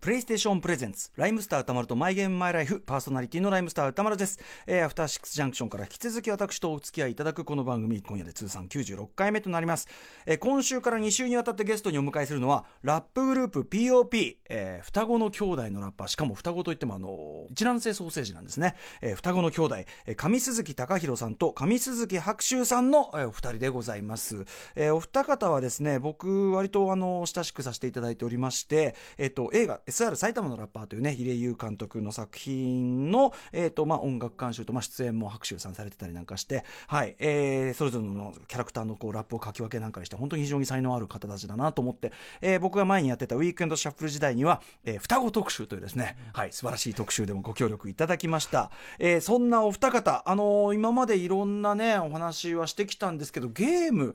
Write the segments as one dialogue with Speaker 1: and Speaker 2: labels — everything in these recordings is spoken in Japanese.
Speaker 1: プレイステーションプレゼンツ、ライムスター歌丸とマイゲームマイライフ、パーソナリティのライムスター歌丸です。えー、アフターシックスジャンクションから引き続き私とお付き合いいただくこの番組、今夜で通算96回目となります。えー、今週から2週にわたってゲストにお迎えするのは、ラップグループ POP、えー、双子の兄弟のラッパー、しかも双子といってもあのー一卵性ソーセージなんですね。えー、双子の兄弟、えー、上鈴木隆弘さんと上鈴木白秋さんの、えーお二人でございます。えーお二方はですね、僕、割とあの、親しくさせていただいておりまして、えっ、と、映画、SR 埼玉のラッパーというね、秀優監督の作品の、えっ、と、まあ、音楽監修と、まあ、出演も白秋さんされてたりなんかして、はい、えーそれぞれのキャラクターのこう、ラップを書き分けなんかにして、本当に非常に才能ある方たちだなと思って、えー僕が前にやってたウィークエンドシャッフル時代には、えー双子特集というですね、はい、素晴らしい特集でもご協力いただきました。えーそんなお二方、あのー今までいろんなね、お話はしてきたんですけど、ゲーム、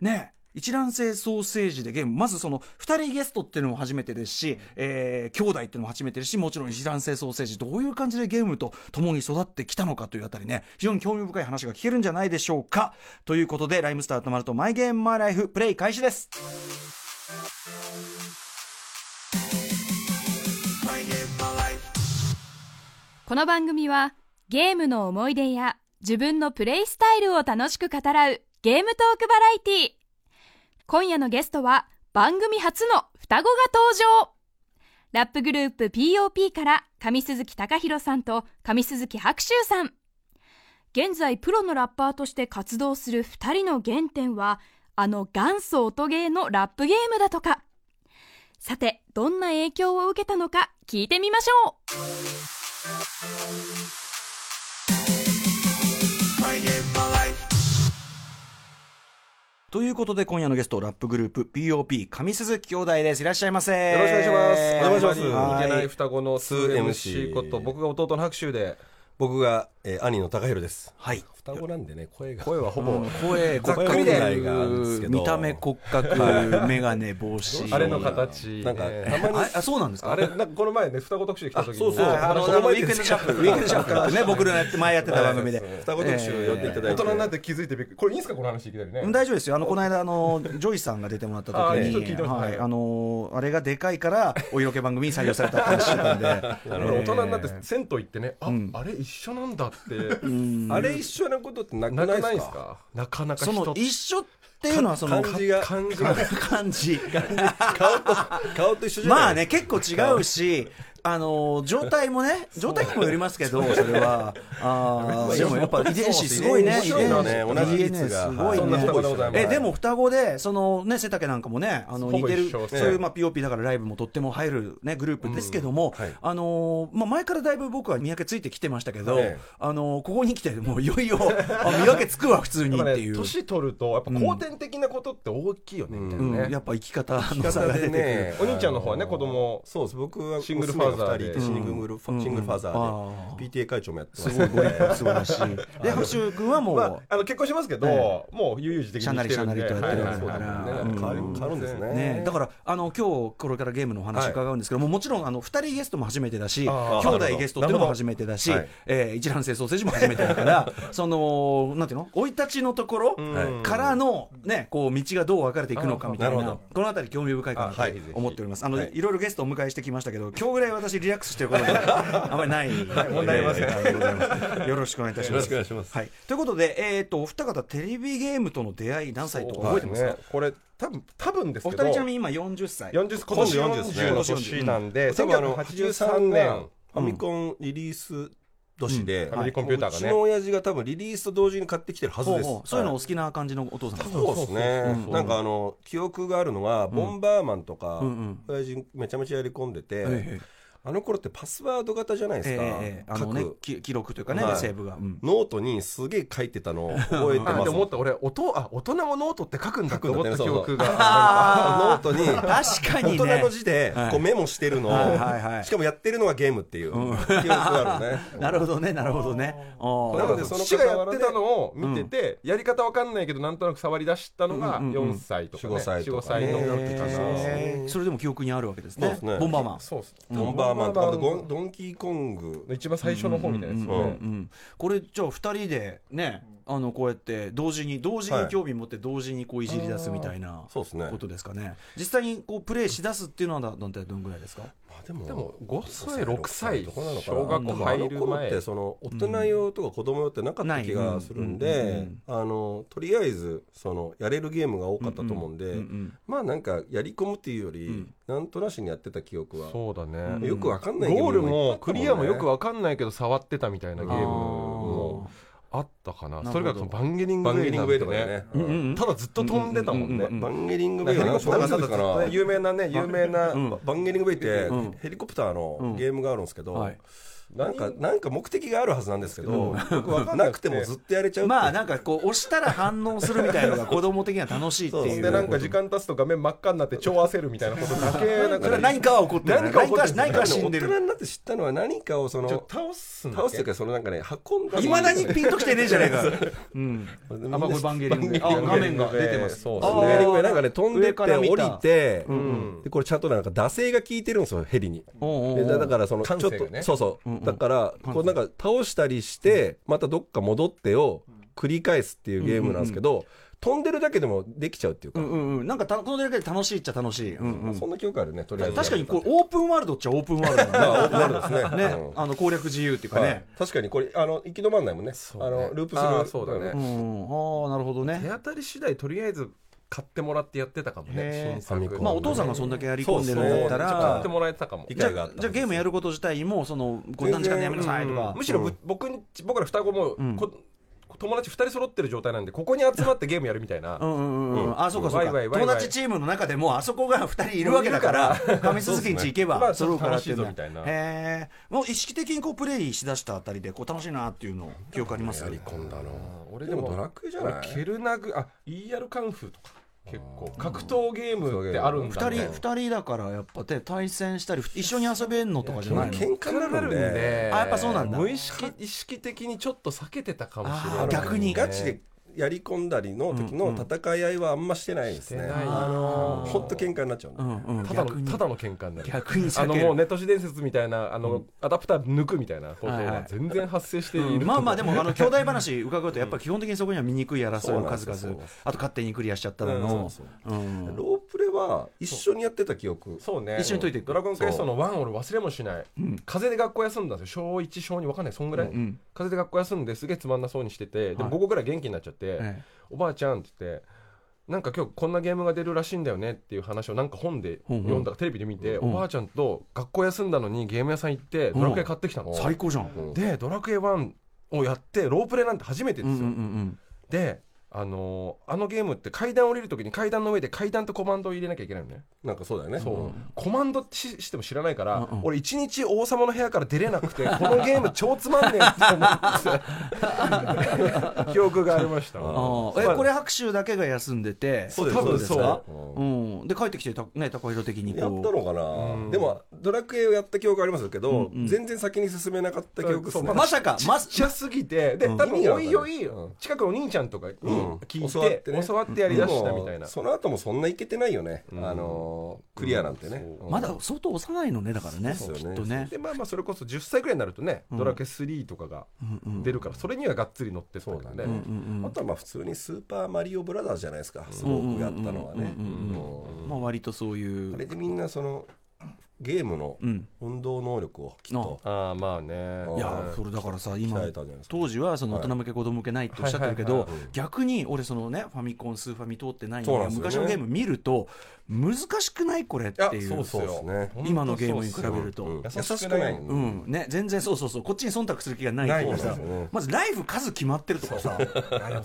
Speaker 1: ね、一卵性ソーセージでゲーム、まずその2人ゲストっていうのも初めてですし、えー兄弟っていうのも初めてですし、もちろん一卵性ソーセージ、どういう感じでゲームと共に育ってきたのかというあたりね、非常に興味深い話が聞けるんじゃないでしょうか。ということで、ライムスターとまると、マイゲームマイライフ、プレイ開始です。
Speaker 2: この番組はゲームの思い出や自分のプレイスタイルを楽しく語らうゲームトークバラエティ今夜のゲストは番組初の双子が登場ラップグループ POP から上鈴木隆弘さんと上鈴木白秋さん現在プロのラッパーとして活動する2人の原点はあの元祖音ゲーのラップゲームだとかさてどんな影響を受けたのか聞いてみましょう
Speaker 1: ということで、今夜のゲスト、ラップグループ、POP、上鈴木兄弟です。いらっしゃいませ。
Speaker 3: よろしくお願いしま
Speaker 4: お
Speaker 3: す。
Speaker 4: 願いします
Speaker 3: いけな
Speaker 1: はいい
Speaker 3: 双子の数 MC こと、僕が弟の拍手で、
Speaker 4: 僕が、えー兄の高弘です。
Speaker 1: はい。
Speaker 4: 双子なんでね、声が。
Speaker 3: 声はほぼ、
Speaker 1: 声、
Speaker 3: ざっ
Speaker 4: くりで
Speaker 1: 見た目骨格、眼鏡、帽子。
Speaker 3: あれの形。
Speaker 4: なんか
Speaker 3: ええ
Speaker 4: たまに
Speaker 1: ああそうなんですか
Speaker 3: あれ、なんかこの前ね、双子特集来た時に。
Speaker 4: そうそう
Speaker 1: ああの、
Speaker 3: こ
Speaker 1: あ
Speaker 3: の
Speaker 1: のウ
Speaker 3: 前
Speaker 1: ィークエンドシャッフル、ウィークエンドシャッフルってね、 僕らやって前やってた番組で。
Speaker 4: 双子特集を呼んでいただ
Speaker 3: 大
Speaker 4: いて。
Speaker 3: 人になって気づいてびっくり。これいいんすかこの話いきなりね。
Speaker 1: うん大丈夫ですよ。あの、この間、あの、ジョイさんが出てもらった時
Speaker 3: あちょっと聞
Speaker 1: に、
Speaker 3: いてました
Speaker 1: はい、あの、あれがでかいから、お色気番組に採用されたって話してたんで、
Speaker 3: あの大人になって銭湯行ってね、あ、あれ一緒なんだって、
Speaker 4: あれ一緒なことってなくな
Speaker 3: ないか
Speaker 4: で
Speaker 3: ないです
Speaker 4: すか
Speaker 3: かなかなか
Speaker 1: その
Speaker 3: 人、
Speaker 1: 一緒っていうのは、その、
Speaker 4: 漢字が、
Speaker 3: 感じが。
Speaker 1: 感じ。
Speaker 4: 顔と、顔と一緒じゃない
Speaker 1: まあね、結構違うし、あのー状態もね、状態にもよりますけど、それは、あーでもやっぱ遺伝子すごいね、
Speaker 4: 面
Speaker 1: 遺
Speaker 4: 白いな
Speaker 1: 伝
Speaker 4: 同
Speaker 1: 子、
Speaker 4: じ率
Speaker 1: DNA
Speaker 4: が
Speaker 1: すごい
Speaker 3: そんな双子でござい
Speaker 1: ね
Speaker 3: ま。
Speaker 1: え、
Speaker 3: す
Speaker 1: でも双子で、そのね、背丈なんかもね、あの、
Speaker 3: ほ
Speaker 1: 似
Speaker 3: ぼ
Speaker 1: てる、
Speaker 3: 一
Speaker 1: そ
Speaker 3: 緒
Speaker 1: ういう、まあ、POP だからライブもとっても入るね、グループですけども
Speaker 4: はい、
Speaker 1: あのー、まあ、前からだいぶ僕は見分けついてきてましたけど
Speaker 4: ええ、
Speaker 1: あのー、ここに来て、もういよいよ、あ見分けつくわ、普通に
Speaker 3: や
Speaker 1: っ
Speaker 3: っぱ
Speaker 1: て
Speaker 3: ね
Speaker 1: いう。
Speaker 3: 年取ると、やっぱ後天的なことって大きいよね、みたい
Speaker 1: うん
Speaker 3: な
Speaker 1: や
Speaker 3: ね。
Speaker 1: っぱ生き方
Speaker 4: 生き
Speaker 1: の差
Speaker 4: 方
Speaker 1: が
Speaker 4: で
Speaker 1: 出てくる。
Speaker 4: ね。
Speaker 3: お兄ちゃんの方はね、子供、
Speaker 4: そうです。僕は
Speaker 3: シングルファ
Speaker 4: 娘
Speaker 3: ーザーで
Speaker 4: が二人いてシングルファ、
Speaker 1: うん
Speaker 4: シングルファーザ
Speaker 1: あ
Speaker 4: ー
Speaker 1: ー
Speaker 4: で、PTA 会長もやってますす。
Speaker 1: ごいご立派、素晴らしい。 で、白州君はもう、
Speaker 3: まあ、あの結婚しますけど、
Speaker 1: え
Speaker 3: もう悠々自適に生きてるんで
Speaker 1: シャンナリシャンナリとやってるわけだ
Speaker 3: は
Speaker 1: か
Speaker 3: い
Speaker 1: ら
Speaker 3: はい
Speaker 1: あ
Speaker 3: は
Speaker 1: ー
Speaker 4: ね
Speaker 3: い
Speaker 4: 変わる
Speaker 1: うん
Speaker 4: 変わるんですね。
Speaker 1: ね、だからあの今日これからゲームのお話伺うんですけども、もちろんあの2人ゲストも初めてだし兄
Speaker 3: あー
Speaker 1: 弟ゲストっていうのも初めてだし、
Speaker 4: なるほど
Speaker 1: えー一卵性ソーセージも初めてだから そのなんていうの生い立ちのところ
Speaker 3: うん
Speaker 1: からの、ね、こう道がどう分かれていくのかみたいな
Speaker 4: なるほ
Speaker 1: この辺り興味深いかなと
Speaker 4: あはいぜひぜひ
Speaker 1: 思っておりますあの、
Speaker 4: はい
Speaker 1: い、ろいろゲストをお迎えしてきましたけど今日ぐらい私リラックスしてることがあまりない問
Speaker 3: 題ありません
Speaker 1: よろしくお願いいたし
Speaker 4: よ
Speaker 1: ま
Speaker 4: ろしくお
Speaker 1: す。
Speaker 4: 願いします。
Speaker 1: はい、ということで、えー、とお二方テレビゲームとの出会い何歳とか覚えてますか、
Speaker 3: ね、これ多分多分です
Speaker 1: お
Speaker 3: け
Speaker 1: 二
Speaker 3: ど
Speaker 1: 人ちなみに今40歳
Speaker 3: 40今年
Speaker 4: 今年40ですね
Speaker 3: 40の年なんで、
Speaker 4: 多分あの
Speaker 3: 1983
Speaker 4: 83
Speaker 3: 年
Speaker 4: 年ファミコンリリース年で、
Speaker 3: ファミリーコンピューターがね
Speaker 4: うちの親父が多分リリースと同時に買ってきてるはず
Speaker 1: ほう
Speaker 4: です。
Speaker 1: ほうそういうのお好きな感じのお父さんですか
Speaker 4: そうですね、なんかあの記憶があるのは、ボンバーマンとか、
Speaker 1: うんうん
Speaker 4: 親父めちゃめちゃやり込んでて、
Speaker 1: ええ
Speaker 4: あの頃ってパスワード型じゃないですか、
Speaker 1: ええええあ
Speaker 4: 書
Speaker 1: のね
Speaker 4: く
Speaker 1: き記録というかね、
Speaker 4: はい
Speaker 1: セーブが、うん
Speaker 4: ノートにすげえ書いてたのを覚えて
Speaker 3: あ
Speaker 4: ま
Speaker 3: ですも思った俺音あ大人もノートって書くんだって思った
Speaker 4: 書
Speaker 3: 記
Speaker 4: くんだって
Speaker 3: 憶が
Speaker 4: あノートに
Speaker 1: 確か
Speaker 4: 大
Speaker 1: に
Speaker 4: 人
Speaker 1: ね
Speaker 4: の字で
Speaker 1: はい
Speaker 4: こうメモしてるのを、
Speaker 1: はいはいはい
Speaker 4: しかもやってるのがゲームっていう、記憶があるね
Speaker 1: なるほどねなるほどねお
Speaker 3: な
Speaker 1: ー
Speaker 3: の
Speaker 4: な
Speaker 3: で
Speaker 4: んか
Speaker 3: そ
Speaker 4: そ
Speaker 3: の
Speaker 4: の
Speaker 3: 父がやってたのを見てて、やり方わかんないけどなんとなく触り出したのが4歳とか、ね
Speaker 4: 4 5
Speaker 3: 4-5
Speaker 4: 歳
Speaker 3: 歳
Speaker 4: と
Speaker 3: の
Speaker 4: かね
Speaker 3: 時かな、
Speaker 1: えーそれでも記憶にあるわけですね
Speaker 4: そうですね
Speaker 1: ボンバーマン
Speaker 3: そうっす
Speaker 4: ボンバーマンとかあとゴンドンキーコング
Speaker 3: 一番最初の方みたいなやつね、
Speaker 4: うんうんうん
Speaker 1: うん、これじゃあ2人でねあのこうやって同時に同時に興味持って同時にこういじり出すみたいな
Speaker 4: そうですね
Speaker 1: ことですかね実際にこうプレイしだすっていうのはなんてどのぐらいですか
Speaker 4: でも
Speaker 3: でも5歳6歳
Speaker 4: どこなのかな
Speaker 3: 小学校入
Speaker 4: で
Speaker 3: る
Speaker 4: もあの頃っ
Speaker 3: 前
Speaker 4: てその大人用とか子供用ってなかった気がするん
Speaker 1: ないうんうんう
Speaker 4: で
Speaker 1: ん
Speaker 4: あのとりあえずそのやれるゲームが多かったと思うんで、
Speaker 1: うん
Speaker 4: まあなんかやり込むっていうより、
Speaker 1: ん
Speaker 4: なんとなしにやってた記憶は
Speaker 3: そうだね、
Speaker 1: うん
Speaker 4: よくわかんない
Speaker 3: ゴール
Speaker 4: いっぱいあ
Speaker 3: も
Speaker 4: った
Speaker 3: ク
Speaker 4: んね
Speaker 3: リアもよくわかんないけど触ってたみたいなゲームも
Speaker 1: あ
Speaker 3: あったか
Speaker 1: な
Speaker 3: な
Speaker 1: るほど
Speaker 3: それがそのバンゲリング
Speaker 4: バ
Speaker 3: ウ
Speaker 4: ン
Speaker 3: ェ
Speaker 4: ゲ
Speaker 3: イ
Speaker 4: リン
Speaker 3: なん
Speaker 4: グウェイ
Speaker 3: て
Speaker 4: とかだよね
Speaker 3: ね、
Speaker 1: うんうんうん
Speaker 3: ただずっと飛んでたもん
Speaker 1: うんうんうんう
Speaker 3: ね
Speaker 1: ん
Speaker 4: バンゲリングウ
Speaker 3: だ
Speaker 4: ェイ
Speaker 3: か
Speaker 4: は
Speaker 3: ら
Speaker 4: なんか小学生から
Speaker 3: 絶対有名なね有名 な、
Speaker 1: うん
Speaker 4: バンゲリングウェイって
Speaker 1: うん
Speaker 4: ヘリコプター
Speaker 1: うん
Speaker 4: のゲームがあるんですけど、
Speaker 1: はい
Speaker 4: なんかなんか目的があるはずなんですけど、
Speaker 1: うん
Speaker 4: 僕わかんなくてもずっとやれちゃうっていう
Speaker 1: まあなんかこう押したら反応するみたいなのが子供的には楽しいって
Speaker 4: そう
Speaker 1: いう
Speaker 4: そ
Speaker 3: でなんか時間経つと画面真っ赤になって超焦るみたいなことだけなん
Speaker 1: それ
Speaker 3: か
Speaker 1: は何かは起こってる
Speaker 4: 何か起こって
Speaker 1: 何
Speaker 4: る
Speaker 1: か何かは死んで
Speaker 4: 大人
Speaker 1: る
Speaker 4: になって知ったのは何かをそ
Speaker 3: ちょっと
Speaker 4: の
Speaker 3: 倒すんだ
Speaker 4: 倒
Speaker 3: っ
Speaker 4: す
Speaker 3: け
Speaker 4: というかそのなんかね運んだ
Speaker 1: いまだにピンときてねえじゃねえかうん
Speaker 4: あ
Speaker 1: あまあこれバンゲリング
Speaker 4: で
Speaker 1: あ画面が出てます
Speaker 3: そう
Speaker 1: あー
Speaker 4: バンゲリングでなんかね飛んでっ
Speaker 1: 上か
Speaker 4: て
Speaker 1: ら見
Speaker 4: 降
Speaker 1: た
Speaker 4: りて、
Speaker 3: ん
Speaker 4: でこれちゃんとなんか惰性が効いてるんですよヘリに。
Speaker 1: おうおうお
Speaker 4: で
Speaker 1: う
Speaker 4: だからそのちょっと、
Speaker 3: 感性がね
Speaker 4: そうそう、
Speaker 1: うんうん
Speaker 4: だからこうなんか倒したりしてまたどっか戻ってを繰り返すっていうゲームなんですけど、飛んでるだけでもできちゃうっていうか、
Speaker 1: うんうんうんなんかたこのだけで楽しいっちゃ楽しいうんうん
Speaker 4: そんな記憶あるねとりあえず
Speaker 1: 確かにこれオープンワールドっちゃオープンワールド
Speaker 4: ま
Speaker 1: だ
Speaker 4: あオープンワールドです
Speaker 1: ね
Speaker 4: ね
Speaker 1: ね
Speaker 4: うん
Speaker 1: あの攻略自由っていうか
Speaker 4: は
Speaker 1: ね
Speaker 4: い、確かにこれあの行き止まんないもんね
Speaker 3: うね
Speaker 4: あのループす
Speaker 3: あー
Speaker 4: る
Speaker 3: そうだね
Speaker 1: うんああなるほど
Speaker 3: 手
Speaker 1: ね
Speaker 3: 当たり次第とりあえず買ってもらってやってたかも
Speaker 1: へー
Speaker 3: ね新作
Speaker 4: ファミコン
Speaker 1: まあお父さんがそんだけやり込んでるんだった
Speaker 4: そうそう
Speaker 3: 買っ
Speaker 1: ら
Speaker 3: てもらえてたかも
Speaker 4: 理
Speaker 1: じゃ
Speaker 4: 解
Speaker 1: じ
Speaker 4: が
Speaker 1: ゃ
Speaker 4: あ
Speaker 1: あ
Speaker 4: った
Speaker 1: ゲームやること自体もそのこんな時間でやめなさいとか
Speaker 3: むしろぶ、僕に僕ら二人も、
Speaker 1: うん
Speaker 3: こ友達二人揃ってる状態なんでここに集まってゲームやるみたいな
Speaker 1: うんうんうんうん、あそうかそうか
Speaker 3: ワイワイワイワイ
Speaker 1: 友達チームの中でもあそこが2人いるわけだから上鈴木んち行けば
Speaker 3: そう
Speaker 1: 揃
Speaker 3: で
Speaker 1: う
Speaker 3: すね
Speaker 1: からっていうの
Speaker 3: まあちょっと楽しいぞみたいな
Speaker 1: へえもう意識的にこうプレイしだしたあたりでこう楽しいなっていうのを記憶あります
Speaker 4: やり込んだの
Speaker 3: 俺
Speaker 4: でもドラクエじゃない
Speaker 3: ケルナグあ ER カンフーとか結構格闘ゲームってあるんだ
Speaker 1: 2人
Speaker 3: みたいな
Speaker 1: 二人だからやっぱで対戦したり一緒に遊べんのとかじゃないの
Speaker 4: 喧嘩にな
Speaker 3: な
Speaker 4: る
Speaker 3: る
Speaker 4: ん
Speaker 3: ん
Speaker 4: で
Speaker 3: で
Speaker 1: あやっぱそうなんだ
Speaker 3: 無意識意識的にちょっと避けてたかもしれ
Speaker 1: あ
Speaker 3: な
Speaker 1: ー
Speaker 3: い
Speaker 1: 逆に
Speaker 4: ガチでやり込んだりの時の戦い合いはあんましてないですね、
Speaker 3: してない
Speaker 4: あの
Speaker 1: あー
Speaker 4: ほんと喧嘩になっちゃうんで、
Speaker 1: うんうん
Speaker 3: ただ
Speaker 1: 逆
Speaker 3: の
Speaker 1: に
Speaker 3: ただの喧嘩になる
Speaker 1: 逆に
Speaker 3: あ
Speaker 1: 避
Speaker 3: の
Speaker 1: け
Speaker 3: もう
Speaker 1: る
Speaker 3: ね都市伝説みたいなあの、アダプター抜くみたいなこと
Speaker 1: はいはい
Speaker 3: が全然発生している、
Speaker 1: うんまあまあで もあの兄弟話伺うとやっぱ基本的にそこには醜い争いの数
Speaker 4: そうなん
Speaker 1: 々
Speaker 4: です
Speaker 1: あと勝手にクリアしちゃったの
Speaker 4: う
Speaker 1: の
Speaker 4: んそう
Speaker 1: うん
Speaker 4: ロープレは一緒にやってた記憶
Speaker 3: そうね
Speaker 1: 一緒に解いていく
Speaker 3: ドラゴンクエストの1俺忘れもしない、風邪で学校休んだんですよ小1小2わかんないそんぐらい、
Speaker 1: うんうん
Speaker 3: 風邪で学校休んですげえつまんなそうにしててで
Speaker 1: はい
Speaker 3: も午後ぐらい元気になっちゃって、
Speaker 1: ええ
Speaker 3: おばあちゃんって言ってなんか今日こんなゲームが出るらしいんだよねっていう話をなんか本で
Speaker 1: うんうん
Speaker 3: 読んだ、テレビで見て、
Speaker 1: うん
Speaker 3: おばあちゃんと学校休んだのにゲーム屋さん行ってドラクエ買ってきたの、
Speaker 1: 最高じゃん
Speaker 3: でドラクエ1をやってロープレなんて初めてですよ、
Speaker 1: うんうんうん
Speaker 3: であのーあのゲームって階段降りるときに階段の上で階段とコマンドを入れなきゃいけないのね
Speaker 4: なんかそうだよね
Speaker 3: そう、コマンドししても知らないから、
Speaker 1: うんうん
Speaker 3: 俺一日王様の部屋から出れなくてこのゲーム超つまんねえって思っ て記憶がありました
Speaker 1: ああえこれ拍手だけが休んでて
Speaker 4: そうです
Speaker 3: 多分
Speaker 4: そうです
Speaker 3: そう
Speaker 4: か
Speaker 1: うん、で帰ってきてた、ね、高弘的に
Speaker 4: やった
Speaker 1: こ
Speaker 4: のかな、
Speaker 3: うん
Speaker 4: でもドラクエをやった記憶ありますけど、
Speaker 1: うんうん
Speaker 4: 全然先に進めなかった記憶です
Speaker 3: そう
Speaker 4: ね
Speaker 1: うまさか ま
Speaker 3: ちっちゃすぎてで
Speaker 1: うん
Speaker 3: 多
Speaker 4: 意味
Speaker 3: 分
Speaker 4: が
Speaker 3: おいおい
Speaker 4: うん
Speaker 3: 近くのお兄ちゃんとかに
Speaker 4: うん
Speaker 3: 聞い
Speaker 4: 教わっててね
Speaker 3: 教わってやり
Speaker 4: で
Speaker 3: だしたみたい
Speaker 4: も
Speaker 3: な
Speaker 4: その後もそんないけてないよね、
Speaker 3: うん
Speaker 4: あのークリアなんてね、
Speaker 3: うん
Speaker 1: まだ相当幼いのねだからね
Speaker 4: そ
Speaker 1: き
Speaker 4: うですよ
Speaker 1: っ
Speaker 4: ね
Speaker 1: とね
Speaker 3: でまあまあそれこそ10歳ぐらいになるとね
Speaker 1: うん
Speaker 3: ドラケ3とかが
Speaker 1: うんうん
Speaker 3: 出るからそれにはがっつり乗ってったけど
Speaker 4: そう
Speaker 3: ね
Speaker 4: だ
Speaker 1: うんう
Speaker 4: ね
Speaker 1: ん
Speaker 4: あとはまあ普通に「スーパーマリオブラザー」じゃないですかすごくやったのはね
Speaker 1: うんうんうんうんうんまあ割とそうい
Speaker 4: うんあれ
Speaker 1: う、
Speaker 4: でみんなそのゲームの
Speaker 1: うん、
Speaker 4: 運動能力をきっと
Speaker 3: ああまあね
Speaker 1: いやそれだからさ今
Speaker 4: 鍛えたんじゃないですか、
Speaker 1: 当時はその大人向け子供向けないっておっしゃってるけど、
Speaker 3: はいはい
Speaker 1: 逆に俺そのねファミコンスーファミ通ってない
Speaker 4: そう
Speaker 1: の
Speaker 4: な
Speaker 1: に
Speaker 4: んですよね
Speaker 1: 昔のゲーム見ると難しくないこれってい
Speaker 3: いうや
Speaker 4: そうそうですね
Speaker 1: 今のゲームに比べると、
Speaker 4: うん
Speaker 3: 優
Speaker 4: 優
Speaker 3: し
Speaker 4: し
Speaker 3: く
Speaker 4: く
Speaker 3: な
Speaker 4: ないい、
Speaker 1: う、んね、全然そうそうそうこっちに忖度する気がない
Speaker 4: ない
Speaker 1: とか
Speaker 4: です
Speaker 1: さ、
Speaker 4: よね
Speaker 1: まずライフ数決まってるとかさ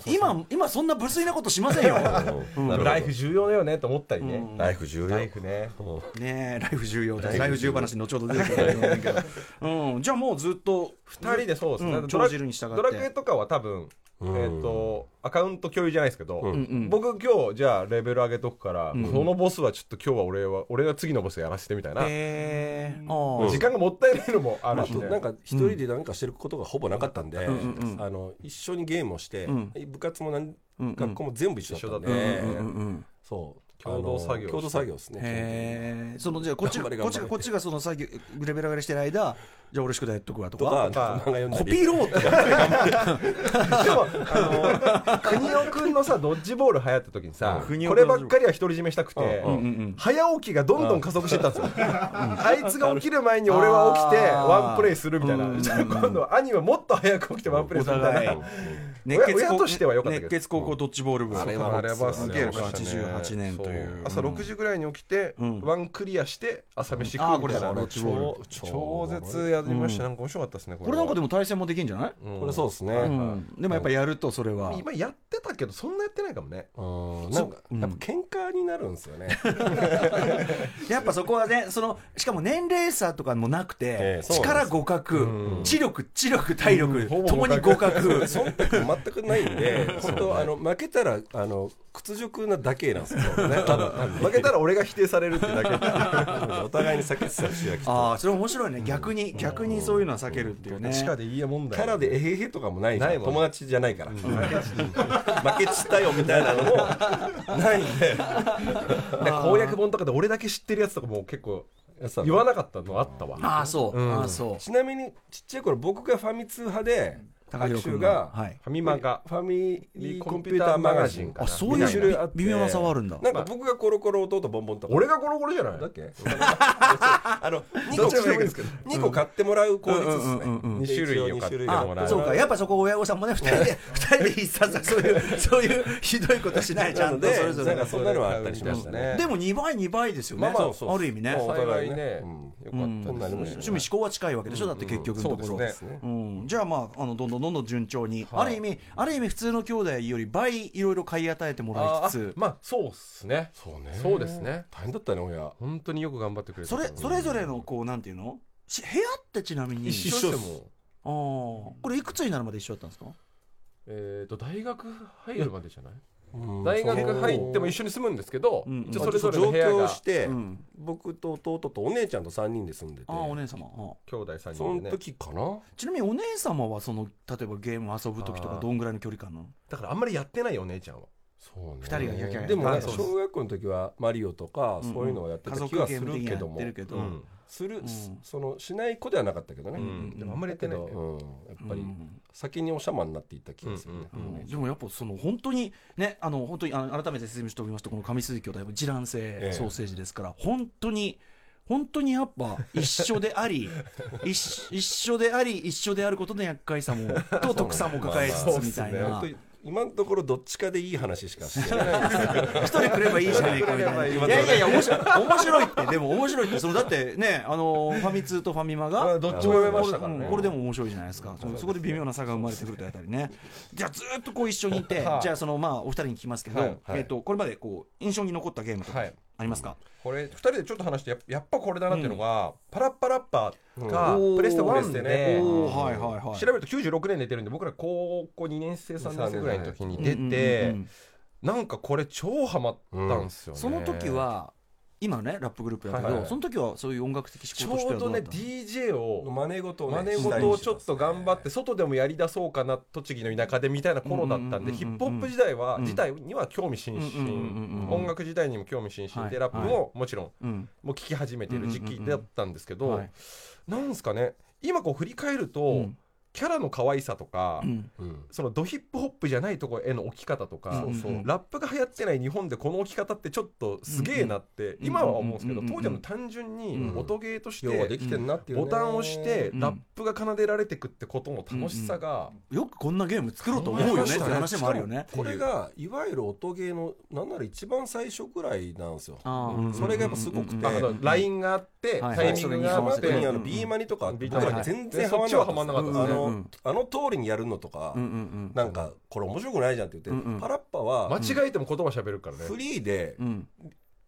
Speaker 1: 今今そんな無粋なことしませんよ、うん
Speaker 4: なるほど
Speaker 3: ライフ重要だよねと思ったりね
Speaker 4: ライフ重要
Speaker 3: ライフね
Speaker 1: ねえライフ重要だライフ重要話後ほど出てくると思うんだけど、うん、じゃあもうずっと
Speaker 3: 2人でそうですね
Speaker 1: うん
Speaker 3: ドラ
Speaker 1: 帳尻に従って
Speaker 3: ドラクエとかは多分え
Speaker 4: ん
Speaker 3: っとアカウント共有じゃないですけど
Speaker 4: うん
Speaker 1: うん
Speaker 3: 僕今日じゃあレベル上げとくからこのボスはちょっと今日は俺は俺が次のボスやらせてみたいな
Speaker 1: えー、ああ、
Speaker 3: 時間がもったいないのもあ
Speaker 4: あ
Speaker 3: るし
Speaker 4: と
Speaker 3: ね
Speaker 4: なんか一人で何かしてることがほぼなかったんで、
Speaker 1: んうんうん
Speaker 4: あの一緒にゲームをして、
Speaker 1: うん
Speaker 4: 部活もなん
Speaker 1: うんうん
Speaker 4: 学校も全部一緒だったんで、
Speaker 3: 一緒
Speaker 1: う
Speaker 3: だ
Speaker 1: んうんうん
Speaker 4: そう
Speaker 3: 共同作業
Speaker 4: あの共同作業ですね
Speaker 1: へえそのじゃあこっちが
Speaker 4: 頑張れ
Speaker 1: こっち
Speaker 4: 頑
Speaker 1: が
Speaker 4: 張れ
Speaker 1: こっちがその作業レベル上がりしてる間じゃあ俺宿題やっとくわと
Speaker 4: と
Speaker 1: か
Speaker 4: か、
Speaker 3: とか
Speaker 4: 漫画読んだ
Speaker 1: コ
Speaker 4: り
Speaker 1: ピーロボット
Speaker 3: でもあの国尾君のさドッジボール流行った時にさ
Speaker 1: うん
Speaker 3: こればっかりは独り占めしたくて
Speaker 4: うんうん
Speaker 1: うんうん
Speaker 3: 早起きがどんどん加速してったんですよ、あいつが起きる前に俺は起きて
Speaker 1: あー
Speaker 3: ワンプレイするみたいな、
Speaker 1: うん
Speaker 3: じゃあ今度は兄はもっと早く起きてワンプレイ
Speaker 1: お
Speaker 3: するみたいな、
Speaker 1: 互い
Speaker 3: 親親としては良かったけど
Speaker 1: 熱血高校ドッジボール部
Speaker 4: あれは
Speaker 3: あれはす
Speaker 4: す
Speaker 3: げ
Speaker 4: げ
Speaker 3: え
Speaker 4: え
Speaker 3: よかったね
Speaker 1: 88年という
Speaker 3: 朝6時ぐらいに起きて、
Speaker 1: うん
Speaker 3: ワンクリアして朝飯食
Speaker 1: あー
Speaker 3: う
Speaker 1: こ
Speaker 3: み
Speaker 1: れ
Speaker 3: たい
Speaker 1: だ
Speaker 3: な、
Speaker 1: ドッジボー
Speaker 3: 超超絶やりました、なんか面白かったですねこ
Speaker 1: これなんかでも対戦もできんじゃない、
Speaker 4: これそうですね、
Speaker 1: うんでもやっぱやるとそれは
Speaker 3: 今やってたけどそんなやってないかもね
Speaker 4: うんなんかやっぱ喧嘩になるんですよね、
Speaker 1: やっぱそこはねそのしかも年齢差とかもなくて、
Speaker 4: ええそうです
Speaker 1: 力互角知力知力体力
Speaker 3: ほぼ
Speaker 1: ともに互角
Speaker 4: 忖度全くない んで、本当、あの負けたらあの屈辱なだけなん ですよ、ね、多分多分
Speaker 3: 負けたら俺が否定されるってだけ
Speaker 4: お互いに避けてたし、きっと
Speaker 1: ああそれ面白いね逆に逆にそういうのは避けるって いうね
Speaker 3: 地下でいいやもん
Speaker 4: キ
Speaker 3: だよ
Speaker 4: ャラでえへへとかもないじゃん
Speaker 3: ないもん
Speaker 4: 友達じゃないから、 負けちったよみたいなのも ないんで
Speaker 3: 攻略本とかで俺だけ知ってるやつとかも結構言わなかったのあったわ
Speaker 1: ああそう、ああそう
Speaker 4: ちなみにちっちゃい頃僕がファミ通派で
Speaker 1: 高
Speaker 4: 学
Speaker 1: 弘
Speaker 4: 習
Speaker 1: 君
Speaker 4: が、
Speaker 1: はい
Speaker 3: ファミマが
Speaker 4: ファミリーコンピューターマガジンかな
Speaker 1: あそういう
Speaker 4: みたなのがって
Speaker 1: 微妙な差はあるんだ
Speaker 4: なんか僕がコロコロ弟ボンボンとか
Speaker 3: 俺がゴロゴロじゃない
Speaker 4: だっ けあの2個
Speaker 3: どっちでもいいですけど
Speaker 4: 二個買ってもらう効率ですね、
Speaker 1: うんうんうんうん
Speaker 3: 二種類を買ってもら
Speaker 4: 一
Speaker 3: う
Speaker 4: 応二種類を買ってもら
Speaker 1: あそうかやっぱそこ親御さんもね2人で二人で一冊そういうそういうひどいことしないちゃ
Speaker 4: なんの
Speaker 1: と
Speaker 4: で
Speaker 1: それぞれ
Speaker 4: なんかそんなのはあったりしましたね
Speaker 1: でも2倍2倍ですよね、
Speaker 4: まあまあそう
Speaker 1: ある意味ね、
Speaker 4: お互いね、
Speaker 1: う
Speaker 4: よ
Speaker 1: ん
Speaker 4: かったですね
Speaker 1: 趣味思考は近いわけでしょ、だって結局のところ、
Speaker 3: そうです
Speaker 4: ね
Speaker 1: うんじゃあまああのどんどんどんどん順調に、ある意味ある意味普通の兄弟より倍いろいろ買い与えてもらいつつ
Speaker 3: まあそうっすね
Speaker 4: そうね
Speaker 3: そうですね
Speaker 4: 大変だったね親
Speaker 3: 本当によく頑張ってくれた
Speaker 1: それそれぞれのこうなんていうのし部屋ってちなみに
Speaker 3: 一緒でも
Speaker 1: あーこれいくつになるまで一緒だったんですか
Speaker 3: えっと大学入るまでじゃない
Speaker 4: うん
Speaker 3: 大学入っても一
Speaker 4: 緒
Speaker 3: 緒に住むんですけど
Speaker 1: うん
Speaker 3: 一
Speaker 4: そ
Speaker 3: 応それ
Speaker 4: れ
Speaker 3: ぞ
Speaker 4: ぞれ上
Speaker 3: れの部屋
Speaker 4: 京
Speaker 3: が
Speaker 4: して、
Speaker 1: うん
Speaker 4: 僕と弟とお姉ちゃんと3人で住んでて
Speaker 1: あーお姉様あ
Speaker 3: 兄弟3
Speaker 4: そ
Speaker 3: 人で
Speaker 4: の
Speaker 3: ね
Speaker 4: 時かな
Speaker 1: ちなみにお姉様はその例えばゲーム遊ぶ時とかどんぐらいの距離感なの
Speaker 3: だからあんまりやってないよお姉ちゃんは
Speaker 4: そうね
Speaker 1: 二人がギャギャギャ
Speaker 4: でもなんか
Speaker 3: はいそうです
Speaker 4: 小学校の時はマリオとか
Speaker 1: うん
Speaker 4: そういうのをやって
Speaker 1: 家
Speaker 4: た気
Speaker 1: 族
Speaker 4: は
Speaker 1: ゲ
Speaker 4: す
Speaker 1: ーム
Speaker 4: る
Speaker 1: 的に
Speaker 4: け
Speaker 1: や
Speaker 4: ど
Speaker 1: っ
Speaker 4: も
Speaker 1: てるけど、
Speaker 3: うん
Speaker 4: する、
Speaker 1: うん
Speaker 4: そのしない子ではなかったけどね、
Speaker 1: ん
Speaker 3: でもあんまりやって
Speaker 4: け
Speaker 3: ない
Speaker 4: ど、
Speaker 3: んだよ
Speaker 4: う
Speaker 3: ね
Speaker 4: ん、やっぱり
Speaker 1: うん
Speaker 4: 先におしゃまになっていった気がするね、
Speaker 3: うん
Speaker 1: うんでもやっぱその本当にねあの本当にあの改めて説明しておきますとこの上鈴木兄弟は一卵性
Speaker 4: え
Speaker 1: ソーセージですから、本当に本当にやっぱ一緒であり一一緒であり一緒であることの厄介さ もと得さも抱えつつみたい
Speaker 4: まあま
Speaker 1: な
Speaker 4: あ本当に今のところどっちかでいい話しかしてない
Speaker 1: 一人くればいいじゃないかみたいな
Speaker 4: 一人くればいい
Speaker 1: いやいやいや面白い面白いってでも面白いってそのだってねあのファミ通とファミマが
Speaker 3: あどっちも読めま
Speaker 1: こ
Speaker 3: し
Speaker 1: れ
Speaker 3: たからね
Speaker 1: うんこれでも面白いじゃないですか、そそこで微妙な差が生まれてくるとあたりね、じゃあ、ずーっとこう一緒にいて、
Speaker 3: はい
Speaker 1: じゃあ、そのまあお二人に聞きますけど、
Speaker 3: はい
Speaker 1: えー、とこれまでこう印象に残ったゲームとか
Speaker 3: はい
Speaker 1: ありますか、
Speaker 3: これ2人でちょっと話してやっやっぱこれだなっていうのが、パラッパラッパーが
Speaker 1: おー
Speaker 3: プレステ1でね
Speaker 1: おーはいはいはい、
Speaker 3: 調べると96年で出てるんで僕ら高校2年生3年生ぐらいの時に出て、
Speaker 1: うんうんうんうん
Speaker 3: なんかこれ超ハマったんですよね、
Speaker 1: その時は、今のね、ラップグループだけど、
Speaker 3: はいはい
Speaker 1: その時はそういう音楽的
Speaker 3: ち
Speaker 1: 思考としては
Speaker 3: ょう
Speaker 1: ど
Speaker 3: ど
Speaker 1: うだ
Speaker 3: ね
Speaker 1: ったの
Speaker 3: DJ を
Speaker 4: 真似事をね
Speaker 3: 真似事をちょっと頑張って外でもやりだそうかな栃木の田舎でみたいな頃だったんで
Speaker 1: うんうんうんうん
Speaker 3: ヒップホップ時代は
Speaker 1: うん
Speaker 3: 自体には興味津
Speaker 1: うんうんうんうんうん
Speaker 3: 々音楽時代にも興味津々で
Speaker 1: は
Speaker 3: ラ
Speaker 1: い
Speaker 3: ップももちろん
Speaker 1: うん
Speaker 3: もう聴き始めてる時期だったんですけ
Speaker 1: うんうん
Speaker 3: ど
Speaker 1: うん
Speaker 3: なんですかね今こう振り返る
Speaker 1: う
Speaker 3: と
Speaker 1: ん
Speaker 3: キャラの可愛さとか
Speaker 1: うん
Speaker 4: うん
Speaker 3: そのドヒップホップじゃないところへの置き方とか、
Speaker 1: そうそう
Speaker 3: ラップが流行ってない日本でこの置き方ってちょっとすげえなって、
Speaker 1: ん
Speaker 3: 今は思うんですけど、
Speaker 1: うん
Speaker 3: 当時はもう単純に
Speaker 4: うん
Speaker 3: 音ゲーとし
Speaker 4: 要はで
Speaker 3: て
Speaker 4: きてんなっていうね、
Speaker 3: ボタンを押して
Speaker 1: うん
Speaker 3: ラップが奏でられてくってことの楽しさが、
Speaker 1: よくこんなゲーム作ろうと思うよねって話もあるよね。
Speaker 4: これがいわゆる音ゲーのなんなら一番最初くらいなんですよ
Speaker 1: あー
Speaker 4: うんそれがやっぱすごく
Speaker 1: う
Speaker 4: て
Speaker 1: ん
Speaker 4: うん
Speaker 1: うんうん
Speaker 3: あのラインがあって、
Speaker 1: はい
Speaker 3: タイミングがあっ
Speaker 1: それ
Speaker 3: て、
Speaker 1: に合わせて
Speaker 4: にあ
Speaker 1: う
Speaker 4: の
Speaker 1: ん
Speaker 4: ビーマニとか
Speaker 3: ビーマニ
Speaker 4: 僕ら全然
Speaker 3: はいはい
Speaker 4: ハマんなかったです
Speaker 1: そっちはハマ
Speaker 4: あ
Speaker 1: んなかった
Speaker 4: のあの通りにやるのとか
Speaker 1: うんうんうん
Speaker 4: なんかこれ面白くないじゃんって言
Speaker 1: うんう
Speaker 4: っ
Speaker 1: ん
Speaker 4: てパラッパは
Speaker 3: 間違えても言葉喋るからね。
Speaker 4: フリーで
Speaker 1: うん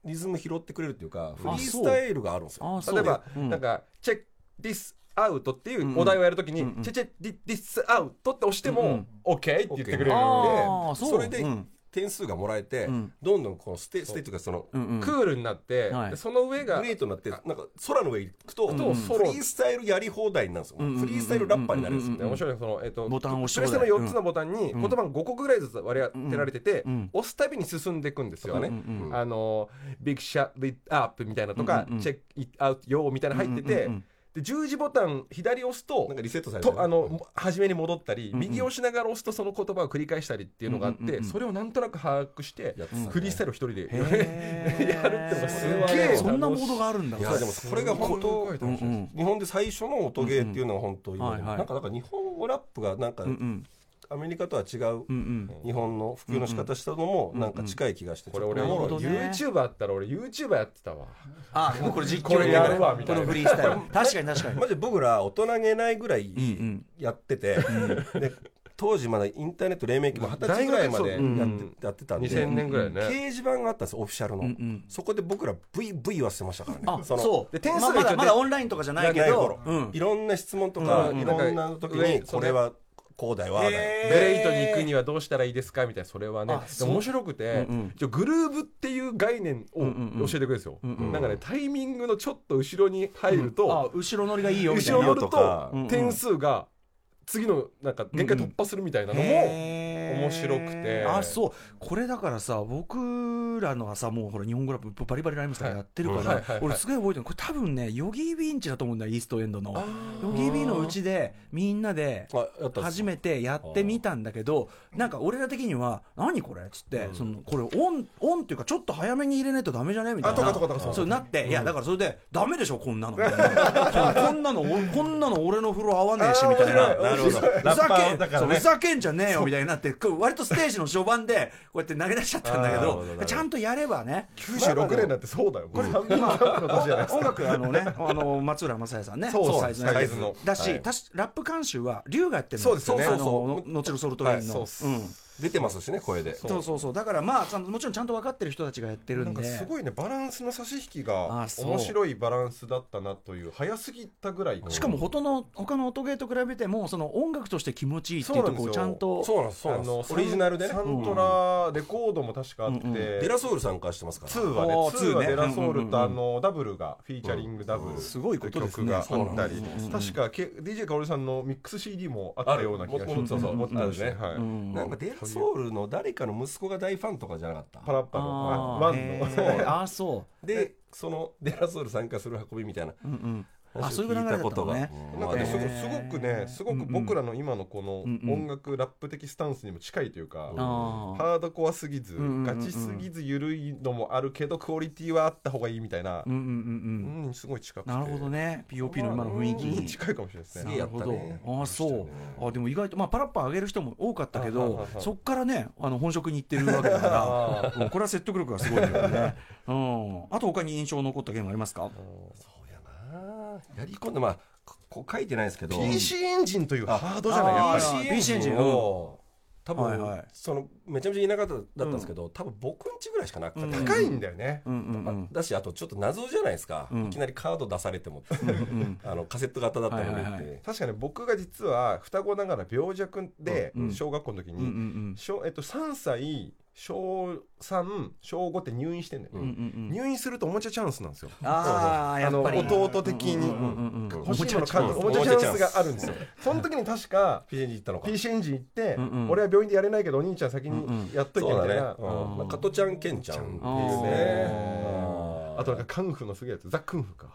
Speaker 4: リズム拾ってくれるっていうかフリ
Speaker 1: あ
Speaker 4: ースタイルがあるんです
Speaker 1: あ
Speaker 4: よ
Speaker 1: ーそう
Speaker 3: 例えば、
Speaker 1: うん
Speaker 3: なんか「チェック・ディス・アウト」っていうお題をやるときに「
Speaker 1: うんうん
Speaker 3: チェチェディディス・アウト」って押しても「
Speaker 1: うん
Speaker 3: OK」って言ってくれるの
Speaker 1: あーそう
Speaker 4: それで
Speaker 1: うん
Speaker 4: 点数がもらえて
Speaker 1: うん
Speaker 4: どんどんこのステステというかその
Speaker 1: うんうん
Speaker 3: でクールになって、
Speaker 1: はい
Speaker 3: でその上が
Speaker 4: グレートになってなんか空の上行くと
Speaker 3: う
Speaker 4: フ
Speaker 3: ん
Speaker 4: リ
Speaker 3: うん
Speaker 4: ースタイルやり放題になるんですよ
Speaker 1: うんうんうんうん
Speaker 4: フリースタイルラッパーになるんですよ
Speaker 1: うん
Speaker 3: で面白いのはその、えっと
Speaker 1: ボタンを押し
Speaker 3: プ
Speaker 1: 放題
Speaker 3: レステの4つのボタンに
Speaker 1: うん
Speaker 3: 言葉が5個ぐらいずつ割り当てられてて、
Speaker 1: うんうん
Speaker 3: 押すたびに進んでいくんですよね。
Speaker 1: うんうん
Speaker 4: うん
Speaker 3: あのビッグシャットアップみたいなとか、
Speaker 1: うんうんうん
Speaker 3: チェックイットアウトよみたいなの入ってて、
Speaker 1: うんうんうん
Speaker 3: で十字ボタン左押すと
Speaker 4: なんかリセットされてる
Speaker 3: とあのも初めに戻ったり、
Speaker 1: ん
Speaker 3: 右押しながら押すとその言葉を繰り返したりっていうのがあって、
Speaker 1: うんうんうんうん
Speaker 3: それをなんとなく把握して
Speaker 4: やってたね
Speaker 3: フリースタイルを一人で やる
Speaker 1: へー
Speaker 3: ってのがす
Speaker 4: すげ
Speaker 3: げ
Speaker 4: え
Speaker 3: え
Speaker 1: そんなモードがあるんだ
Speaker 4: いやでもそれが本当
Speaker 1: うんうん
Speaker 4: 日本で最初の音ゲーっていうのは本当今で
Speaker 1: は
Speaker 4: も
Speaker 1: いはい
Speaker 4: なんかなんか日本語ラップがなんか
Speaker 1: うんうん
Speaker 4: アメリカとは違う
Speaker 1: うんうん
Speaker 4: 日本の普及の仕方したのもなんか近い気がして
Speaker 3: これ俺
Speaker 1: なるほ
Speaker 3: も
Speaker 1: どね
Speaker 3: YouTuber だったら俺 YouTuber やってたわ
Speaker 1: あもうこれ実
Speaker 3: こ
Speaker 1: 況
Speaker 3: れやるわみたいな
Speaker 1: このフリースタイル確かに確かに
Speaker 4: マジ僕ら大人げないぐらい
Speaker 1: ん
Speaker 4: やってて、で当時まだインターネット黎明期も二十歳ぐらいまでやっ
Speaker 3: 大学そううん
Speaker 4: てやってたんで、
Speaker 3: 2000年ぐらいね、
Speaker 4: 掲示板があったんですよオフィシャルの、
Speaker 1: うんうん
Speaker 4: そこで僕ら VV はしてましたからね
Speaker 1: あ
Speaker 4: の
Speaker 1: そう
Speaker 3: で点数が
Speaker 1: まあま
Speaker 3: 一応
Speaker 1: だ
Speaker 3: 出
Speaker 1: まだオンラインとかじゃないけ
Speaker 4: ない
Speaker 1: ど
Speaker 4: 頃
Speaker 1: うん
Speaker 4: いろんな質問とか、
Speaker 3: うん
Speaker 4: いろんな時
Speaker 3: なん
Speaker 4: に
Speaker 3: か
Speaker 4: これはこうだよわあだよ、
Speaker 3: ベレイトに行くにはどうしたらいいですかみたいなそれはねでも面白くて、
Speaker 1: うんうん
Speaker 3: 一応グルーブっていう概念を
Speaker 1: んうんうん
Speaker 3: 教えてくれるんですよ、
Speaker 1: うん
Speaker 3: なんかねタイミングのちょっと後ろに入ると、
Speaker 1: あ後ろ乗りがいいよみたい
Speaker 3: 後
Speaker 1: な
Speaker 3: ろ乗る
Speaker 4: とか
Speaker 3: と
Speaker 1: うんうん
Speaker 3: 点数が次のなんか限界突破するみたいなのも、
Speaker 1: へー
Speaker 3: 面白くて
Speaker 1: あそうこれだからさ僕らのはさもうほら日本語ラップバリバリライムスターやってるから、
Speaker 3: はいはいはい
Speaker 1: 俺すごい覚えてるこれ多分ねヨギー・ビーンチだと思うんだよイーストエンドのヨギー・ビーンのうちでみんなで
Speaker 4: あやったんです
Speaker 1: 初めてやってみたんだけどなんか俺ら的には「何これ?」っつって、そのこれオンオンっていうかちょっと早めに入れないとダメじゃねみたいな
Speaker 4: あとかとかとかそう
Speaker 1: そうなって、いやだからそれで「ダメでしょこんなの」みたいなそうこんなのおこんなの俺の風呂合わねえし」みたいな
Speaker 4: あー面白い
Speaker 1: ふ
Speaker 4: なるほど
Speaker 1: ざ
Speaker 4: ラッパ
Speaker 1: け
Speaker 4: ー
Speaker 1: ん、
Speaker 4: だから
Speaker 1: そう
Speaker 4: ね
Speaker 1: ふざけんじゃねえよみたいになってこう割とステージの序盤でこうやって投げ出しちゃったんだけ
Speaker 4: あーなる
Speaker 1: ど
Speaker 4: ほどなるほど
Speaker 1: ちゃんとやればね
Speaker 3: 96年なんてそうだよ、これ3分の1の年じゃないです
Speaker 1: 音
Speaker 3: か
Speaker 1: 楽あのねあの松浦正也さんね
Speaker 3: そう
Speaker 1: サイズのやつ
Speaker 3: サイズの
Speaker 1: だし、
Speaker 3: はい
Speaker 1: たしラップ監修は龍がやってるの
Speaker 4: そうですよね
Speaker 1: あの
Speaker 4: そうそう
Speaker 1: の後のソルトウェインの、
Speaker 3: はいそうっす
Speaker 1: うん
Speaker 4: 出てますしね声で
Speaker 1: そうそうそうだからまあちゃんともちろんちゃんと分かってる人たちがやってる
Speaker 3: なんん
Speaker 1: で
Speaker 3: かすごいねバランスの差し引き
Speaker 1: あ
Speaker 3: が
Speaker 1: そう
Speaker 3: 面白いバランスだったなという早すぎたぐらい
Speaker 1: しかもほとんど他の音ゲーと比べてもその音楽として気持ちいいっていうところをちゃんと
Speaker 4: そうなんですそう
Speaker 3: あ
Speaker 4: なんで
Speaker 3: の
Speaker 4: すオリジナルでね
Speaker 3: サントラレコードも確かあって、
Speaker 1: うんうん
Speaker 4: デラソウル参加してますから
Speaker 3: 2はね
Speaker 1: おー
Speaker 3: 2は
Speaker 1: 2ね
Speaker 3: デラソールとあ
Speaker 1: うん
Speaker 3: のダブルがフィーチャリングダブル
Speaker 1: すごいことですね
Speaker 3: 曲があった
Speaker 1: そ
Speaker 3: り
Speaker 1: うなんですね
Speaker 3: 確かけ DJ かおりさんのミックス CD もあったような気がし
Speaker 4: あ
Speaker 3: ま
Speaker 4: る
Speaker 3: す
Speaker 4: そうそう
Speaker 3: 持ってたんですね
Speaker 4: うん
Speaker 3: はい
Speaker 1: うん
Speaker 4: なんかデラソウルの誰かの息子が大ファンとかじゃなかった
Speaker 3: パラッパのあワ
Speaker 1: ー
Speaker 3: ンの
Speaker 1: へーあーそう
Speaker 4: でそのデラソウル参加する運びみたいな
Speaker 1: うんうん、あ
Speaker 4: 話
Speaker 1: そ
Speaker 4: を
Speaker 1: ういう流れだ
Speaker 4: 聞いた
Speaker 1: った
Speaker 4: こと
Speaker 1: の
Speaker 4: が
Speaker 1: ね。
Speaker 4: うん
Speaker 3: なんか
Speaker 1: へ
Speaker 3: ね、
Speaker 1: ー
Speaker 3: すごすごくね、すごく僕らの今のこの
Speaker 1: うんうん
Speaker 3: 音楽、ラップ的スタンスにも近いというか、
Speaker 1: あー
Speaker 3: ハードコアすぎず、
Speaker 1: うんうんうんうん
Speaker 3: ガチすぎず、緩いのもあるけど、クオリティはあった方がいいみたいな
Speaker 1: う、んうんうん
Speaker 3: うん、すごい近く
Speaker 1: うん。
Speaker 3: て。
Speaker 1: なるほどね。POP の今の雰囲気
Speaker 3: うん
Speaker 1: に。
Speaker 3: 近いかもしれないです
Speaker 4: す
Speaker 3: ね。
Speaker 4: げえ
Speaker 1: な
Speaker 4: や
Speaker 1: る
Speaker 4: っ
Speaker 1: ほ
Speaker 4: た
Speaker 1: ど
Speaker 4: ね。
Speaker 1: ああそう。あでも意外とまあパラッパ上げる人も多かったけ
Speaker 3: はい
Speaker 1: ど
Speaker 3: はい、はい
Speaker 1: そっからねあの本職に行ってるわけだから、うんこれは説得力がすごいよね。うん。あと他に印象残ったゲームありますか？
Speaker 4: そうやなやり込んでまあここう書いてないですけど
Speaker 3: PC エンジンというハードじゃない、や
Speaker 1: あ
Speaker 3: っぱり。
Speaker 1: ー PC エンジン
Speaker 4: を多分、
Speaker 1: はいはい
Speaker 4: そのめちゃめちゃ田舎だったんですけど、多分僕んちぐらいしかなくて、
Speaker 1: うん
Speaker 3: 高いんだよね。
Speaker 1: うんうんうん。
Speaker 4: だしあとちょっと謎じゃないですか、
Speaker 1: うん
Speaker 4: いきなりカード出されて も、
Speaker 1: ん
Speaker 4: あのカセット型だったのでって、
Speaker 1: はいはいは
Speaker 3: 確かに僕が実は双子ながら病弱で
Speaker 1: うん
Speaker 3: 小学校の時
Speaker 1: うんうんう
Speaker 3: に
Speaker 1: ん。
Speaker 3: 小えっと3歳小3小5って入院してんだよ、
Speaker 1: うんうんうん。
Speaker 3: 入院するとおもちゃチャンスなんですよ
Speaker 1: ああや
Speaker 3: あの
Speaker 1: っぱり。
Speaker 3: 弟的に
Speaker 1: うんうんうんうん
Speaker 3: 欲しいもの買う
Speaker 4: おも
Speaker 3: おも
Speaker 4: ち
Speaker 3: ち
Speaker 4: ゃ
Speaker 3: ゃ
Speaker 4: チ
Speaker 3: チ
Speaker 4: ャンス
Speaker 3: ャンスがあるんですよその時に確か
Speaker 4: PC エンジン行ったのか
Speaker 3: PC エンジン行って、
Speaker 1: うんうん
Speaker 3: 俺は病院でやれないけどお兄ちゃん先
Speaker 1: うんうん
Speaker 3: にやっとい
Speaker 4: そ
Speaker 3: てみ
Speaker 4: うだ
Speaker 3: た
Speaker 4: ね、
Speaker 3: いな、
Speaker 4: うんまあ、加トちゃんケンちゃんっていうね
Speaker 1: あ
Speaker 4: あ
Speaker 3: あ
Speaker 4: と
Speaker 3: となんかカンフーのすげえやつザ・クンフーか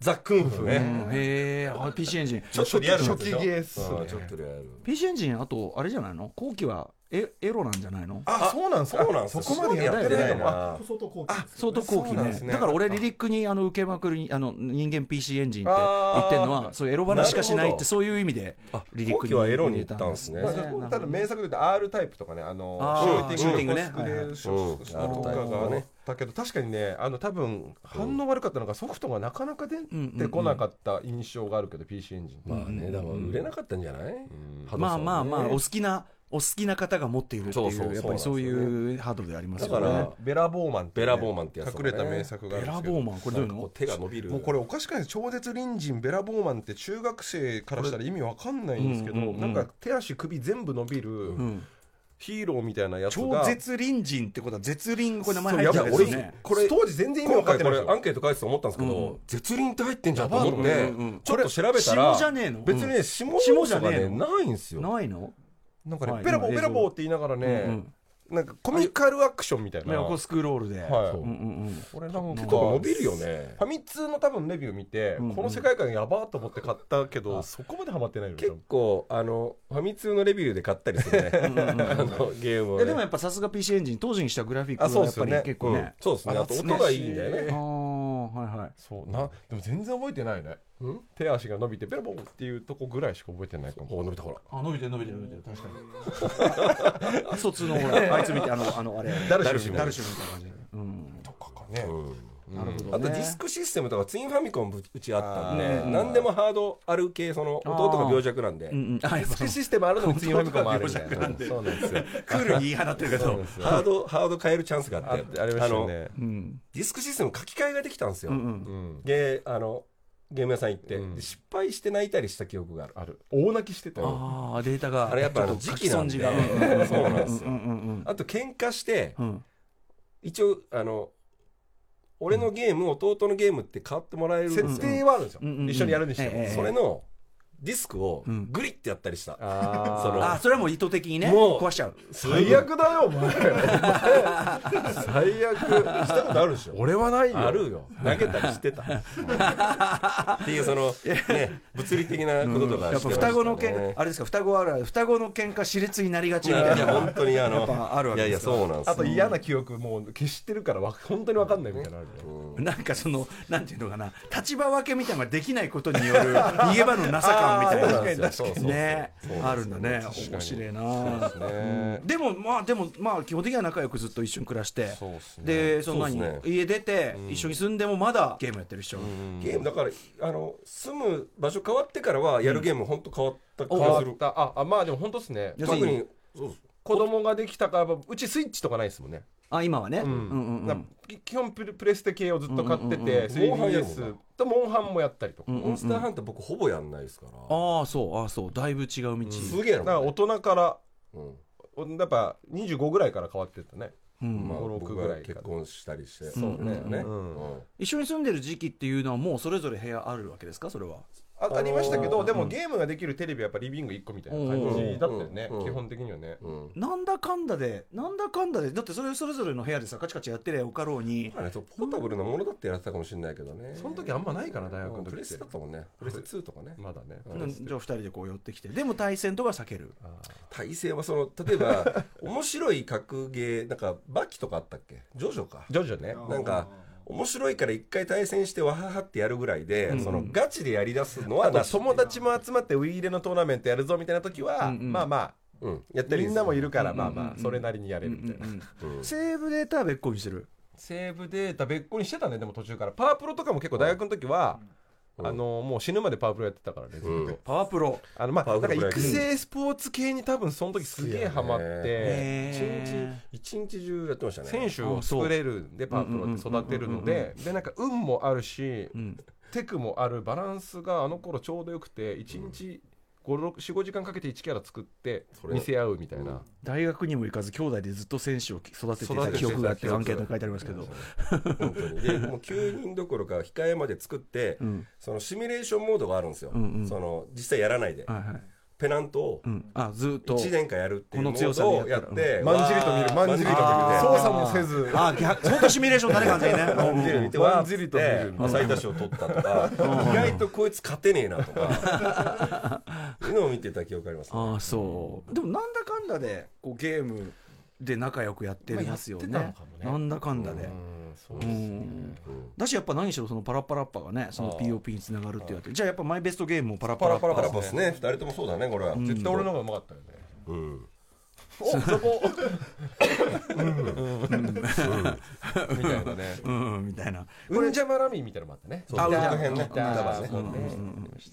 Speaker 4: ザ・クンフね、
Speaker 1: うんへえ。あ PC エンジン。
Speaker 4: ちょっとリアルなやつ
Speaker 3: 初期ゲーっすね
Speaker 4: うんちょっとリアル
Speaker 1: PC エンジンあとあれじゃないの？後期はエエロなんじゃないの？
Speaker 3: あそうなんすか
Speaker 4: そうなんですよ
Speaker 3: そこまでやってないかもあ
Speaker 4: な
Speaker 1: 相当後期
Speaker 3: そうなん
Speaker 1: ね
Speaker 3: ですね
Speaker 1: だから俺リリックにあの受けまくるにあの人間 PC エンジンって
Speaker 3: あー
Speaker 1: 言ってるのはそういうエロ話しかしない
Speaker 4: なる
Speaker 1: っ
Speaker 4: ほ
Speaker 1: て
Speaker 4: ど
Speaker 1: そういう意味で
Speaker 4: あ
Speaker 1: リリックに
Speaker 4: 後期はエロに行ったんですね
Speaker 3: まあただ名作で言うと R タイプとかねあの
Speaker 1: あー
Speaker 3: シューティング
Speaker 1: シューティングねはい
Speaker 3: のコスク
Speaker 4: うん
Speaker 3: でシューと
Speaker 4: R
Speaker 3: か
Speaker 4: タイプと
Speaker 3: が
Speaker 4: か
Speaker 3: あ
Speaker 4: ね
Speaker 3: ったけど確かにねあの多分反応悪かったのがソフトがなかなか出てこなかった印象があるけど PC エンジンって
Speaker 4: まあねだから売れなかったんじゃない、ハドソンね
Speaker 1: まあまあまあお好きなお好きな方が持っているって
Speaker 4: そ
Speaker 1: い
Speaker 4: うそうう
Speaker 1: やっぱりそう
Speaker 4: そうなん
Speaker 1: いうハードでありますよ
Speaker 4: だから
Speaker 1: ね
Speaker 3: ベラボーマンって
Speaker 4: ベ
Speaker 3: ね
Speaker 4: ラボーマンってやつとか
Speaker 3: 隠
Speaker 4: ね
Speaker 3: れた名作があ
Speaker 1: ベ
Speaker 3: るん
Speaker 1: ラ
Speaker 3: ですけ
Speaker 1: ボ
Speaker 3: ど
Speaker 1: ーマンこれどういう
Speaker 4: こう
Speaker 1: の
Speaker 4: 手が伸びる
Speaker 3: もうこれおかしくないです超絶隣人ベラボーマンって中学生からしたら意味わかんないんですけど、
Speaker 1: うんうんうん
Speaker 3: なんか手足首全部伸びる
Speaker 1: ん
Speaker 3: ヒーローみたいなやつ
Speaker 1: 超
Speaker 3: が、
Speaker 1: 絶隣人ってことは絶隣これ名前
Speaker 3: そう
Speaker 1: 入って
Speaker 3: や
Speaker 1: る
Speaker 3: ば
Speaker 1: ん
Speaker 3: い
Speaker 1: ですよね
Speaker 4: これ
Speaker 3: 当時全然意味わ
Speaker 4: 今
Speaker 3: か
Speaker 4: 回
Speaker 3: って
Speaker 4: こ
Speaker 3: ない
Speaker 4: れ
Speaker 3: で
Speaker 4: ア
Speaker 3: すよ
Speaker 4: ンケート書いてて思ったんですけど、
Speaker 1: うん
Speaker 4: 絶倫って入ってんじゃんと思って、
Speaker 1: やばいうんうん
Speaker 4: ちょっと調
Speaker 1: こ
Speaker 4: べたら
Speaker 1: れ下じゃねえの
Speaker 4: 別にね下
Speaker 1: 下
Speaker 4: の
Speaker 1: じ
Speaker 4: じ
Speaker 1: ゃ
Speaker 4: ゃ
Speaker 1: ねえ
Speaker 4: ね
Speaker 1: の
Speaker 4: ないんですよ
Speaker 1: ないの
Speaker 3: なんかね、
Speaker 1: はい
Speaker 3: ベラボ
Speaker 1: 今
Speaker 3: ー
Speaker 1: 映像
Speaker 3: ベラボーって言いながらね、
Speaker 1: うん
Speaker 4: なんかコミカルアクションみたいな。
Speaker 1: 横スクロールで、
Speaker 4: はい
Speaker 1: うんうんうん、
Speaker 4: これなんか
Speaker 1: なん
Speaker 4: 結
Speaker 1: か
Speaker 4: 構伸びるよね。ファミ通の多分レビュー見て、
Speaker 1: うんうん
Speaker 3: この世界観やばーと思って買った けどそこまでハマってないのよ
Speaker 4: 結構あのファミ通のレビューで買ったりするね。あのゲーム
Speaker 1: い
Speaker 4: を
Speaker 1: や
Speaker 4: ね。
Speaker 1: でもやっぱさすが PC エンジン当時にしたグラフィック
Speaker 4: あそう
Speaker 1: は
Speaker 4: で
Speaker 1: やっ
Speaker 4: す
Speaker 1: ぱ
Speaker 4: よ
Speaker 1: り
Speaker 4: ね。
Speaker 1: 結構ね
Speaker 4: うんそうですね。あと音がいいんだよね。
Speaker 1: ああはいはい
Speaker 3: そうなでも全然覚えてないね
Speaker 4: ん
Speaker 3: 手足が伸びてベロボンっていうとこぐらいしか覚えてないかも
Speaker 4: お伸びたほら。
Speaker 1: あ伸びてる伸びてる伸びてる確かに卒のほ らあいつ見てあのあのあれ
Speaker 4: ダルシム
Speaker 1: ダルシムみたいな感じうん
Speaker 3: とかかね
Speaker 1: なるほど、ね、
Speaker 4: あとディスクシステムとかツインファミコンぶうちあったん
Speaker 1: あー
Speaker 4: で、何でもハードある系その弟が病弱なんで
Speaker 1: うん、うん、あやっぱその
Speaker 3: システムあるのに次のファミコンもあるみたい
Speaker 1: 弟が
Speaker 3: な
Speaker 1: 病弱なんで
Speaker 3: そうなんですよ
Speaker 1: クールに言い放ってるけ
Speaker 3: そうなん
Speaker 1: ど
Speaker 3: です よ
Speaker 4: ハードハード変えるチャンスがあ
Speaker 3: ああ
Speaker 4: っ
Speaker 3: り
Speaker 4: て、
Speaker 3: ましたよ
Speaker 4: のデ
Speaker 3: ね
Speaker 1: うん
Speaker 4: ィスクシステム書き換えができたんですよ
Speaker 1: うんう。ん
Speaker 3: うん
Speaker 4: で、あのゲーム屋さん行って、
Speaker 3: うん
Speaker 4: で失敗して泣いたりした記憶がある。
Speaker 3: ある大泣きしてたよ
Speaker 1: ああデータが
Speaker 4: あれやっぱあの
Speaker 1: ち
Speaker 4: 時
Speaker 1: ょと
Speaker 4: 期なん
Speaker 1: 書
Speaker 4: で
Speaker 1: き損じがうん
Speaker 4: そうなんですよ
Speaker 1: うんうんうん
Speaker 4: あと喧嘩して
Speaker 1: うんうん
Speaker 4: 一応あの俺のゲーム、弟のゲームって変わってもらえるんですよ
Speaker 3: 設定はあるんですよ
Speaker 1: うんうん
Speaker 3: 一緒にやるにして
Speaker 1: えええ
Speaker 3: も
Speaker 1: え
Speaker 4: それのディスクを
Speaker 1: うん
Speaker 4: グリってやったりした、
Speaker 3: あー
Speaker 4: その
Speaker 1: あそれはもう意図的にね
Speaker 4: もう
Speaker 1: 壊しちゃう
Speaker 3: 最悪だよお前最悪したことあるでしょ俺はないよ
Speaker 4: あるよ投げたりしてたっていうその、ね、物理的なこととか
Speaker 1: やっ
Speaker 4: して
Speaker 1: ぱ
Speaker 4: ました
Speaker 1: 双
Speaker 4: ね
Speaker 1: 子の喧嘩あれですか双子あるある双子の喧嘩熾烈になりがち
Speaker 4: い
Speaker 1: みた
Speaker 4: や
Speaker 1: い
Speaker 4: いや
Speaker 1: な
Speaker 4: 本当にあ
Speaker 1: やっ
Speaker 4: の
Speaker 1: ぱあるわけ
Speaker 4: いや
Speaker 1: で
Speaker 4: いや
Speaker 1: すか
Speaker 4: そうなんです
Speaker 3: あ
Speaker 4: よ
Speaker 3: と嫌な記憶もう消してるからわ本当に分かんないみたいなのあるよね
Speaker 1: なんかそのなんていうのかな立場分けみたいなのができないことによ る逃げ場のなさ感みたいな
Speaker 4: あーそうなんですよそうそうそう
Speaker 1: ね
Speaker 4: そう
Speaker 1: あるんだね
Speaker 4: そうですね
Speaker 1: 面白いな
Speaker 4: そうですね
Speaker 1: でもまあでもまあ基本的には仲良くずっと一緒に暮らして
Speaker 3: そうっすね
Speaker 1: でその何
Speaker 4: そうっす
Speaker 1: 家出て一緒に住んでもまだゲームやってる人
Speaker 4: ゲームだからあの住む場所変わってからはやるゲーム本当変わった気
Speaker 3: 変
Speaker 4: が
Speaker 3: わ
Speaker 4: する
Speaker 3: っ、たああまあでも本当っすね
Speaker 1: 要する
Speaker 4: 特に
Speaker 3: 子供ができたからうちスイッチとかないですもんね
Speaker 1: あ今はねうんんうんう
Speaker 3: だか
Speaker 1: ん
Speaker 3: ら基本プレプレステ系をずっと買って
Speaker 1: うんうんうん
Speaker 3: て 3DS とモンハンもやったりとか
Speaker 1: うん
Speaker 3: だ
Speaker 4: モンスターハンター僕ほぼやんないですから、
Speaker 1: ああそうああそうだいぶ違う道
Speaker 4: すげえ
Speaker 3: から
Speaker 4: な、
Speaker 3: 大人から
Speaker 4: うん
Speaker 3: おやっぱ25ぐらいから変わってったね
Speaker 1: うん
Speaker 4: まあ、
Speaker 3: 5 6
Speaker 4: 僕
Speaker 3: ぐら
Speaker 4: が
Speaker 3: いから
Speaker 4: 結婚したりして
Speaker 1: そうね
Speaker 4: ね、
Speaker 3: うん
Speaker 4: うん
Speaker 1: 一緒に住んでる時期っていうのはもうそれぞれ部屋あるわけですかそれは
Speaker 3: あありましたけどで
Speaker 1: うん
Speaker 3: もゲームができるテレビはやっぱリビング1個みたいな感じだったよね
Speaker 4: うんうん
Speaker 3: 基本的にはね
Speaker 4: うん
Speaker 1: なんだかんだでなんだかんだでだってそれそれぞれの部屋でさカチカチやってりゃよかろうに
Speaker 4: まあねそうポータブルなものだってやってたかもしれないけどね
Speaker 3: その時あんまないかな大学の
Speaker 4: プ
Speaker 3: 時
Speaker 4: レ
Speaker 3: っ
Speaker 4: ス
Speaker 3: て
Speaker 4: だったもんねプレス2とかね
Speaker 3: まだね
Speaker 1: なじゃあ2人でこう寄ってきてでも対戦とか避ける
Speaker 4: 体勢はその例え ば面白い格ゲーなんかバキとかあったっけジョジョか
Speaker 3: 徐々ね
Speaker 4: なんか面白いから一回対戦してわははってやるぐらいで、
Speaker 1: ん
Speaker 4: そのガチでやりだすのは
Speaker 3: あと
Speaker 4: なし
Speaker 3: 友達も集まってウィーレのトーナメントやるぞみたいな時は、
Speaker 1: うんうん
Speaker 3: まあま
Speaker 4: うん、やっ
Speaker 3: あ
Speaker 4: たり
Speaker 3: みんなもいるから
Speaker 1: んうんう
Speaker 3: ま
Speaker 1: ん
Speaker 3: あまあそれなりにやれるみたいな、
Speaker 4: うん
Speaker 1: セーブデータは別個にする
Speaker 3: セーブデータ別個にしてたねでも途中からパワープロとかも結構大学の時は、
Speaker 4: うん
Speaker 3: あのもう死ぬまでパワープロやってたからねずっと、
Speaker 4: うん
Speaker 1: パワープロ
Speaker 3: あのま
Speaker 4: パ
Speaker 3: あ
Speaker 4: ワー
Speaker 3: な
Speaker 4: プロ
Speaker 3: んか育成スポーツ系に多分その時すげえハマって、
Speaker 1: へ
Speaker 4: 一
Speaker 1: ー
Speaker 4: 日一日中やってましたね
Speaker 3: 選手を作れるんでパワープロって育てるのででなんか運もあるし、
Speaker 1: ん
Speaker 3: テクもあるバランスがあの頃ちょうどよくて1日45時間かけて1キャラ作って
Speaker 4: それ
Speaker 3: 見せ合うみたいな、
Speaker 1: 大学にも行かず兄弟でずっと選手を育てていた記憶があってアンケートに書いてありますけど
Speaker 4: 本当にでもう9人どころか控えまで作って、
Speaker 1: うん
Speaker 4: そのシミュレーションモードがあるんですよ、
Speaker 1: うんうん
Speaker 4: その実際やらないで、
Speaker 1: はいはい
Speaker 4: ペナントを
Speaker 1: うんあずっと
Speaker 4: 1年間やるっていう
Speaker 1: こ
Speaker 4: モ
Speaker 1: の強
Speaker 4: ー
Speaker 1: さ
Speaker 4: ドを
Speaker 1: でやっ
Speaker 4: やった
Speaker 1: ら
Speaker 4: て
Speaker 3: まんじりと見るまんじりと見る
Speaker 4: わー
Speaker 3: 操作もせず
Speaker 1: あ逆本当シミュレーションだね完 全にね
Speaker 4: まんじり見て
Speaker 3: まんじりと見る
Speaker 4: わーって最多賞取ったとか意外とこいつ勝てねえなとかいうのを見てた記憶ありますね
Speaker 1: ああそうでもなんだかんだでこうゲームで仲良くやってますよね,、
Speaker 3: まあやってたのかもね
Speaker 1: なんだかんだで、
Speaker 3: うんそう
Speaker 1: う
Speaker 3: ですね
Speaker 1: んだしやっぱ何しろそのパラパラッパがねその
Speaker 3: あー
Speaker 1: POP につながるって言われてじゃあやっぱマイベストゲームもパラパ
Speaker 4: パ
Speaker 1: ラッ
Speaker 4: ラ
Speaker 1: パ
Speaker 4: パラパラボスね2人ともそうだねこれは、
Speaker 3: 絶対俺の方がうまかったよね
Speaker 4: うん
Speaker 3: おそこうんみたいなね
Speaker 1: うんうんみたいな
Speaker 3: うんじゃまラミーみたいなのもあってね
Speaker 4: そう
Speaker 1: あ
Speaker 4: あ
Speaker 1: うんじゃ
Speaker 4: の辺ね
Speaker 3: ギター
Speaker 4: ギター
Speaker 3: そうね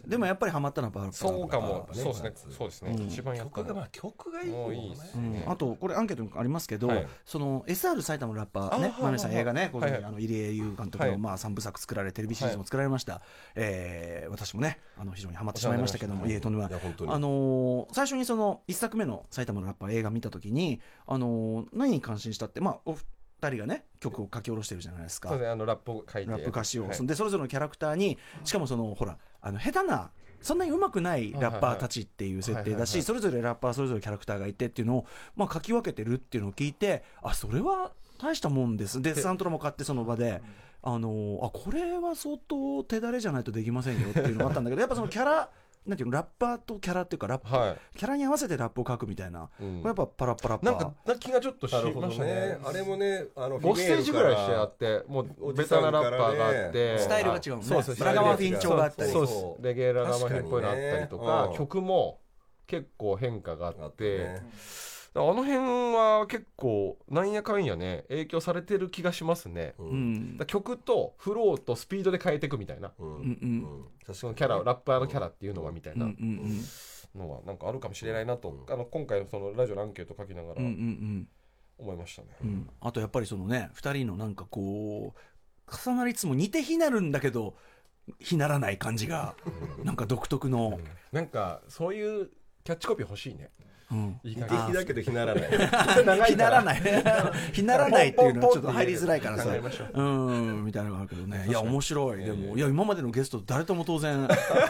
Speaker 1: でもやっぱりハマったのはパラパラッパ
Speaker 3: そうかもそうですねそうですね
Speaker 1: うん
Speaker 3: 一番やった
Speaker 4: 曲がま
Speaker 3: の
Speaker 4: あ曲がいい
Speaker 3: もういいっす
Speaker 1: う
Speaker 3: ね
Speaker 1: んあとこれアンケートにありますけど、
Speaker 3: はい
Speaker 1: その SR 埼玉のラッパーね
Speaker 3: あー
Speaker 1: 真美さん映画ね、ご存知
Speaker 3: はい
Speaker 1: あの入江優監督
Speaker 3: は
Speaker 1: の
Speaker 3: い
Speaker 1: まあ3部作作られテレビシリーズも作られました、えー私もねあの非常にハマってしまいましたけどもいえとんでもない
Speaker 4: いや本当に
Speaker 1: あのー最初にその1作目の埼玉のラッパー映画見た時に、あのー何に感心したってまあお二人がね曲を書き下ろしてるじゃないですか
Speaker 3: そうですねあのラップを書いて
Speaker 1: ラップ歌詞を、
Speaker 3: はい
Speaker 1: そんでそれぞれのキャラクターにしかもそのほらあの下手なそんなに上手くないラッパーたちっていう設定だ
Speaker 3: はいはいは
Speaker 1: し
Speaker 3: い
Speaker 1: それぞれラッパーそれぞれキャラクターがいてっていうのを、まあ、書き分けてるっていうのを聞いてあそれは大したもんですでサントラも買ってその場で。あのあこれは相当手だれじゃないとできませんよっていうのがあったんだけどやっぱそのキャラなんていうのラッパーとキャラっていうかラップ、
Speaker 3: は
Speaker 1: キャラに合わせてラップを書くみたいな、
Speaker 3: うん
Speaker 1: これやっぱパラッパラッパ
Speaker 3: なんかな気がちょっとし
Speaker 4: なるほど
Speaker 3: ましたね
Speaker 4: ね。あれもね、あの、
Speaker 3: 5ステージぐらいしてあってもうベタなラッパーがあっ
Speaker 4: お
Speaker 3: て
Speaker 4: じ
Speaker 1: ス
Speaker 4: さんか
Speaker 1: タ
Speaker 4: ら
Speaker 1: イルが
Speaker 3: う
Speaker 1: 違うもんね
Speaker 4: そうそう
Speaker 1: ブラガマフィン調があったり
Speaker 4: そうそ
Speaker 3: レゲエラガマフィンっぽいのあったりと
Speaker 4: 確か
Speaker 3: か
Speaker 4: にね
Speaker 3: 曲も結構変化があ
Speaker 4: う。あ
Speaker 3: っ、
Speaker 4: ってて、
Speaker 3: あの辺は結構なんやかんやね影響されてる気がしますね、
Speaker 4: う。
Speaker 1: うんん
Speaker 3: だ曲とフローとスピードで変えていくみたいな
Speaker 4: うん。
Speaker 1: う
Speaker 4: うん
Speaker 1: うん
Speaker 4: ん。確
Speaker 3: そ
Speaker 4: か
Speaker 3: の
Speaker 4: に。
Speaker 3: キャラ、ラッパーのキャラっていうのはみたい
Speaker 1: うんう
Speaker 3: なん
Speaker 1: うん
Speaker 3: のはなんかあるかもしれないなと、
Speaker 4: うん
Speaker 3: あの今回のそのラジオのアンケート書きなが
Speaker 1: う
Speaker 3: ら
Speaker 1: んうん
Speaker 3: 思いましたね、
Speaker 1: うんうんあとやっぱりそのね2人のなんかこう重なりつつも似て非なるんだけど非ならない感じがなんか独特の、
Speaker 3: なんかそういうキャッチコピー欲しいね
Speaker 1: うん
Speaker 3: いい
Speaker 4: 似
Speaker 3: 感
Speaker 4: て
Speaker 3: じ
Speaker 4: 非だけど非ならない。
Speaker 1: 非ならない 非ならないっていうのはちょっと入りづらいからさ
Speaker 3: 考えましょう
Speaker 1: うーんみたいなのがあるけどねいや面白いでもいや今までのゲストと誰とも当 然違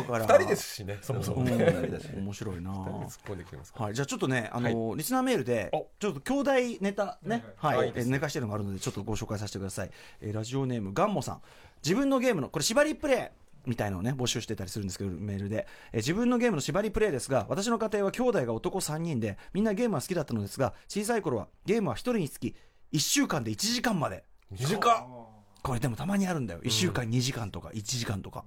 Speaker 1: うから
Speaker 3: 2人ですしねそもそも
Speaker 1: うん
Speaker 3: ね、
Speaker 1: 面白いな
Speaker 3: 突っ込んできてますから
Speaker 1: はい、じゃあちょっとね、あのリスナーメールで
Speaker 3: お、
Speaker 1: ちょっと兄弟ネタね、はい、
Speaker 3: はい
Speaker 1: えー寝かしてるのがあるので、ちょっとご紹介させてください。えーラジオネーム、ガンモさん。自分のゲームの、これ、縛りプレイ。みたいのをね、募集してたりするんですけど、メールで。えー自分のゲームの縛りプレイですが、私の家庭は兄弟が男3人で、みんなゲームは好きだったのですが、小さい頃はゲームは1人につき、1週間で1時間まで。
Speaker 3: 短
Speaker 1: これでもたまにあるんだよ。1週間2時間とか1時間とか。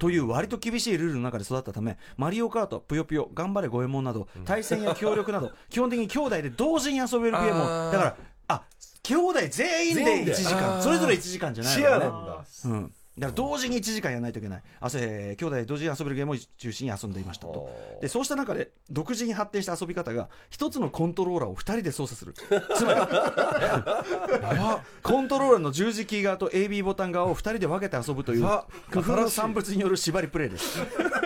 Speaker 1: という割と厳しいルールの中で育ったため、マリオカート、ぷよぷよ、頑張れ五右衛門など、対戦や協力な ど、基本的に兄弟で同時に遊べるゲーム
Speaker 3: あ
Speaker 1: を、
Speaker 3: ー
Speaker 1: だから、あ、兄弟全員
Speaker 4: 全員
Speaker 1: で
Speaker 4: で
Speaker 1: 1時間、
Speaker 3: あー
Speaker 1: それぞれ1時間じゃない
Speaker 3: シ
Speaker 1: の
Speaker 3: ェア
Speaker 1: ね
Speaker 3: なんだ
Speaker 1: うん。だから同時に1時間やらないといけない。あえー兄弟で同時に遊べるゲームを中心に遊んでいましたと。でそうした中で独自に発展した遊び方が一つのコントローラーを2人で操作するつまりあコントローラーの十字キー側と AB ボタン側を2人で分けて遊ぶという工夫の産物による縛りプレイです。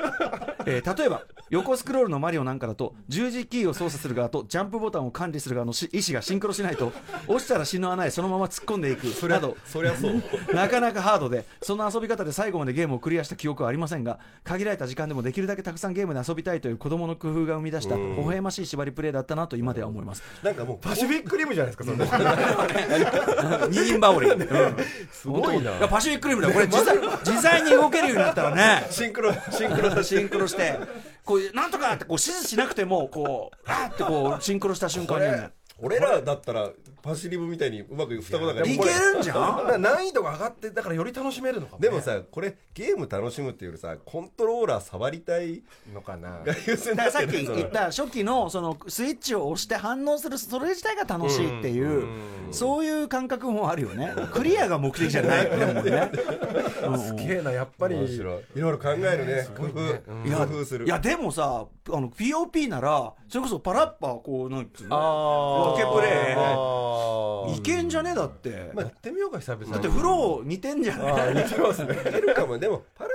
Speaker 1: えー例えば横スクロールのマリオなんかだと十字キーを操作する側とジャンプボタンを管理する側のし意思がシンクロしないと落ちたら死の穴へそのまま突っ込んでいくなど
Speaker 4: そりゃそう。
Speaker 1: なかなかハードで、その遊び方で最後までゲームをクリアした記憶はありませんが、限られた時間でもできるだけたくさんゲームで遊びたいという子供の工夫が生み出した、微笑ましい縛りプレイだったなと今では思います。
Speaker 4: なんかもう、
Speaker 3: パシフィックリムじゃないですかそれ
Speaker 1: 二人羽織。うん
Speaker 3: すごいな
Speaker 1: やパシフィックリムだよ。これ自在、自在に動けるようになったらね。
Speaker 4: シンクロ、シンクロだし
Speaker 1: シンクロして、こういう、なんとかってこう指示しなくても、こう、あーってこう、シンクロした瞬間にね。
Speaker 4: 俺らだったら、パシリブみたいにうまく双子だから。
Speaker 1: いけるんじゃん
Speaker 3: な難易度が上がってだからより楽しめるのかもね
Speaker 4: でもさ、これ、ゲーム楽しむっていうよりさ、コントローラー触りたい
Speaker 3: のかな
Speaker 4: が優先
Speaker 1: だ
Speaker 4: だ
Speaker 1: からさ
Speaker 4: け
Speaker 1: っ
Speaker 4: ど
Speaker 1: き
Speaker 4: その
Speaker 1: 言った初期のそのスイッチを押して反応するそれ自体が楽しいっていう、そういう感覚もあるよねクリアが目的じゃ ないってもんね、
Speaker 3: すげえなやっぱり
Speaker 4: 面白いいろいろ考えるね工夫
Speaker 1: い
Speaker 4: 工
Speaker 1: や
Speaker 4: 夫する
Speaker 1: いやでもさあの POP ならそれこそパラッパこうなんつうの
Speaker 3: あ
Speaker 1: ロケプレイ
Speaker 3: イ
Speaker 1: いけんじゃねえだって、
Speaker 3: やってみようか久々に
Speaker 1: だってフロー似てんじゃない
Speaker 4: 似てますねいけるかもでもパラッ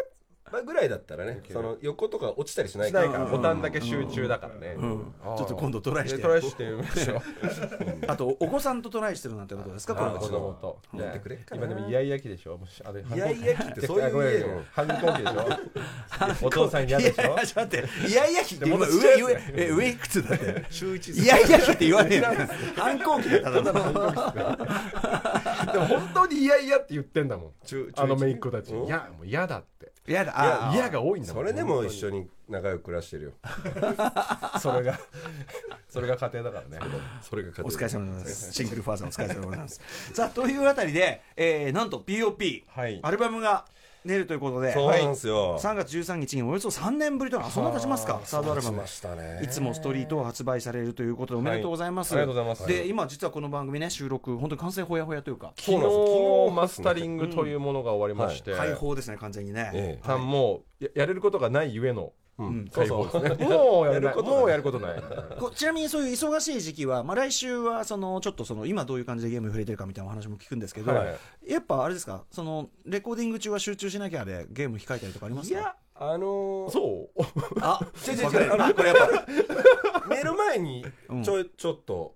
Speaker 4: パぐらいだったらねその横とか落ちたりしない
Speaker 3: し
Speaker 4: か
Speaker 3: な
Speaker 4: ら
Speaker 3: いからボタンだけ集中だからね
Speaker 1: うん
Speaker 3: あー
Speaker 1: ちょっと今度トライして
Speaker 3: トライしてみましょう
Speaker 1: あとお子さんとトライしてるなんてことですかこれ
Speaker 4: あー
Speaker 3: 子
Speaker 1: は
Speaker 3: 供と
Speaker 4: やってくれっかな
Speaker 3: 今でもイヤイヤ期でしょもしあれ
Speaker 4: イヤイヤ期ってそういう
Speaker 3: ごめん
Speaker 4: 家よ
Speaker 3: 反抗期でしょお父さん嫌でし
Speaker 1: いやい
Speaker 3: ょ
Speaker 1: やちょっと待っていやいや期って今
Speaker 3: でも
Speaker 1: 上
Speaker 3: ちっちゃいやつ
Speaker 1: 上え上いくつだって
Speaker 4: 週一
Speaker 1: いやいや期って言わねえ よ反抗期でただの
Speaker 3: でも本当にイヤイヤって言ってんだもん
Speaker 4: 中
Speaker 3: あの姪っ子たち
Speaker 4: うん
Speaker 3: いやもう嫌だって
Speaker 1: やだあー
Speaker 3: 嫌が多いんだも
Speaker 4: そ
Speaker 3: ん
Speaker 4: れでも
Speaker 3: 本当
Speaker 4: 一緒に仲良く暮らしてるよ
Speaker 3: にそれがそれが家庭だからね
Speaker 4: それが家
Speaker 1: お
Speaker 4: 庭
Speaker 1: 疲れ様でございます。シングルファーザーお疲れ様でございます。 さあ、というあたりで、えーなんと POP、
Speaker 3: はい
Speaker 1: アルバムが出るということで、
Speaker 4: そうなんですよ
Speaker 1: 3月13日におよそ3年ぶりとな、そんな経ちますか、サードアルバムが。
Speaker 4: したね
Speaker 1: いつもストリートを発売されるということでおめでとうございます。
Speaker 3: はいありがとうございます
Speaker 1: で、今実はこの番組ね、収録、本当に完成ほやほやというか、
Speaker 3: 昨
Speaker 4: そうなんです昨
Speaker 3: 日
Speaker 4: 日
Speaker 3: マスタリングというものが終わりまして、
Speaker 1: 解放ですね、完全にね。
Speaker 4: ええ
Speaker 3: さんもうややれることがないゆえの
Speaker 4: うんそう
Speaker 3: 解
Speaker 4: そ
Speaker 3: 放
Speaker 4: う
Speaker 3: ですね、もうや
Speaker 4: や
Speaker 3: る
Speaker 4: る
Speaker 3: こ
Speaker 4: ことと
Speaker 3: もうやることない
Speaker 1: こちなみにそういう忙しい時期は、まあ、来週はそのちょっとその今どういう感じでゲームに触れてるかみたいなお話も聞くんですけど、
Speaker 3: は
Speaker 1: やっぱあれですかそのレコーディング中は集中しなきゃでゲーム控えたりとかあります
Speaker 4: い
Speaker 1: か
Speaker 4: やあのー
Speaker 3: そう
Speaker 1: あ
Speaker 4: 違う違う違うあのこれやっ ぱ寝る前にちょちょっと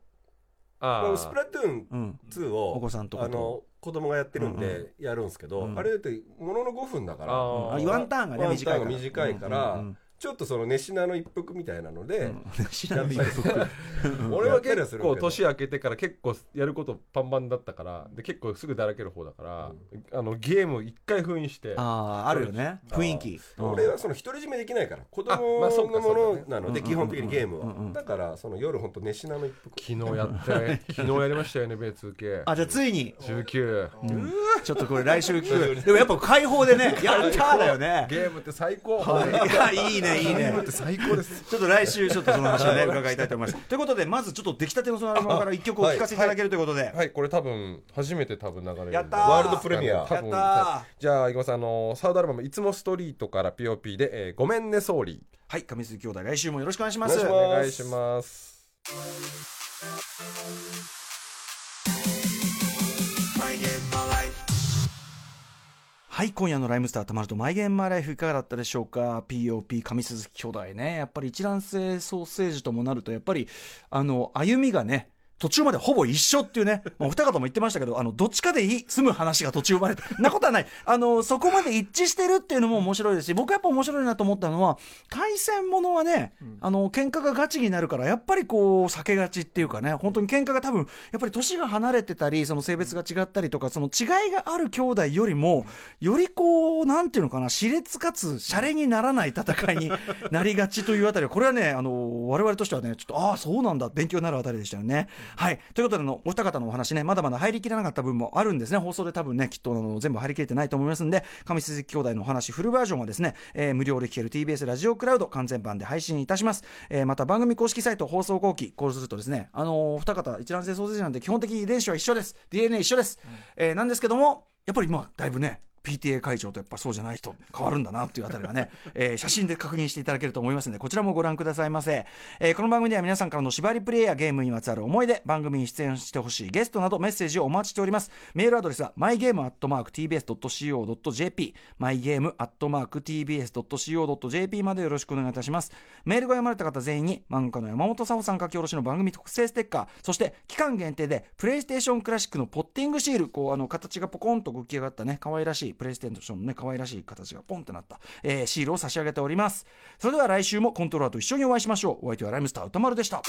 Speaker 3: あ
Speaker 4: この
Speaker 3: あ
Speaker 4: スプラトゥーン
Speaker 1: うん
Speaker 4: 2
Speaker 1: お
Speaker 4: を
Speaker 1: 子さんとかと
Speaker 4: あの子供がやってるん
Speaker 1: う
Speaker 4: でやるんですけど、
Speaker 1: うん
Speaker 4: あれだってものの5分だから、
Speaker 5: あ
Speaker 1: あワンターンがね
Speaker 4: ワンタ
Speaker 1: 短い
Speaker 4: ーン
Speaker 1: から
Speaker 4: が短いから、
Speaker 1: うんうんうん
Speaker 4: ちょっとその熱しなの一服みたいなので、
Speaker 1: 知
Speaker 4: や
Speaker 1: ら
Speaker 4: っ
Speaker 1: ん
Speaker 4: た
Speaker 1: でい
Speaker 4: り
Speaker 1: い
Speaker 4: する
Speaker 5: 俺は結
Speaker 4: やったりはするけど
Speaker 5: 構年明けてから結構やることパンパンだったからで結構すぐだらける方だから、あのゲーム一回封印して
Speaker 1: あああるよね雰囲気
Speaker 4: 俺はその独り占めできないから子
Speaker 5: あ
Speaker 4: 供
Speaker 5: まあそうか
Speaker 4: のも
Speaker 5: そう
Speaker 4: のなので
Speaker 1: うん
Speaker 4: 基本的にゲーム
Speaker 1: うんうんうん
Speaker 4: はだからその夜本当寝しなの一服
Speaker 5: 昨日やって 昨日やりましたよね米2K
Speaker 1: あじゃあついに
Speaker 5: 19
Speaker 1: ちょっとこれ来週聞くでもやっぱ解放でねやったーだよね
Speaker 5: ゲームって最高、
Speaker 1: いやいいねいいね
Speaker 5: 最高です
Speaker 1: ちょっと来週ちょっとその話をね伺いたいと思いますということでまずちょっと出来たてのそのアルバムから一曲を聴かせていただけるということで、
Speaker 5: はいこれ多分初めて多分流れるんで
Speaker 1: やったー
Speaker 4: ワールドプレミア
Speaker 5: 多分
Speaker 1: やったー
Speaker 5: じゃあいきますあのーサードアルバム「いつもストリート」から POP で「えーごめんねソーリ
Speaker 1: はい上杉兄弟来週もよろしくお願いします
Speaker 4: お願いし
Speaker 5: ー」
Speaker 4: ま
Speaker 5: お願いします
Speaker 1: はい今夜の「ライムスターたまるとマイゲームマイライフ」いかがだったでしょうか POP 上鈴木兄弟ねやっぱり一卵性ソーセージともなるとやっぱりあの歩みがね途中までほぼ一緒っていうね、 まあお二方も言ってましたけど、あの、どっちかでいい、済む話が途中まで、 なことはない。あの、そこまで一致してるっていうのも面白いですし、僕やっぱ面白いなと思ったのは、対戦ものはね、あの、喧嘩がガチになるから、やっぱりこう、避けがちっていうかね、本当に喧嘩が多分、やっぱり年が離れてたり、その性別が違ったりとか、その違いがある兄弟よりも、よりこう、なんていうのかな、熾烈かつ、洒落にならない戦いになりがちというあたりは、これはね、あの、我々としてはね、ちょっと、ああ、そうなんだ、勉強になるあたりでしたよね。はい。ということで、あの、お二方のお話ね、まだまだ入りきらなかった部分もあるんですね。放送で多分ね、きっと、あの、全部入りきれてないと思いますんで、上鈴木兄弟のお話、フルバージョンはですね、えー無料で聞ける TBS ラジオクラウド完全版で配信いたします。えーまた、番組公式サイト放送後期、こうするとですね、あのー二方、一卵性ソーセージなんて基本的に遺伝子は一緒です。DNA 一緒です。えーなんですけども、やっぱりまあだいぶね PTA 会長とやっぱそうじゃない人変わるんだなっていうあたりはね、 えー写真で確認していただけると思いますのでこちらもご覧くださいませ、えーこの番組では皆さんからの縛りプレイやゲームにまつわる思い出番組に出演してほしいゲストなどメッセージをお待ちしておりますメールアドレスは mygame.tbs.co.jp mygame.tbs.co.jp までよろしくお願いいたしますメールが読まれた方全員に漫画家の山本沙穂さん書き下ろしの番組特製ステッカーそして期間限定でプレイステーションクラシックのポッティングシールこうあの形がポコンと浮き上がったね可愛らしいプレイステーションのね可愛らしい形がポンってなった、えーシールを差し上げておりますそれでは来週もコントローラーと一緒にお会いしましょうお相手はライムスター歌丸でした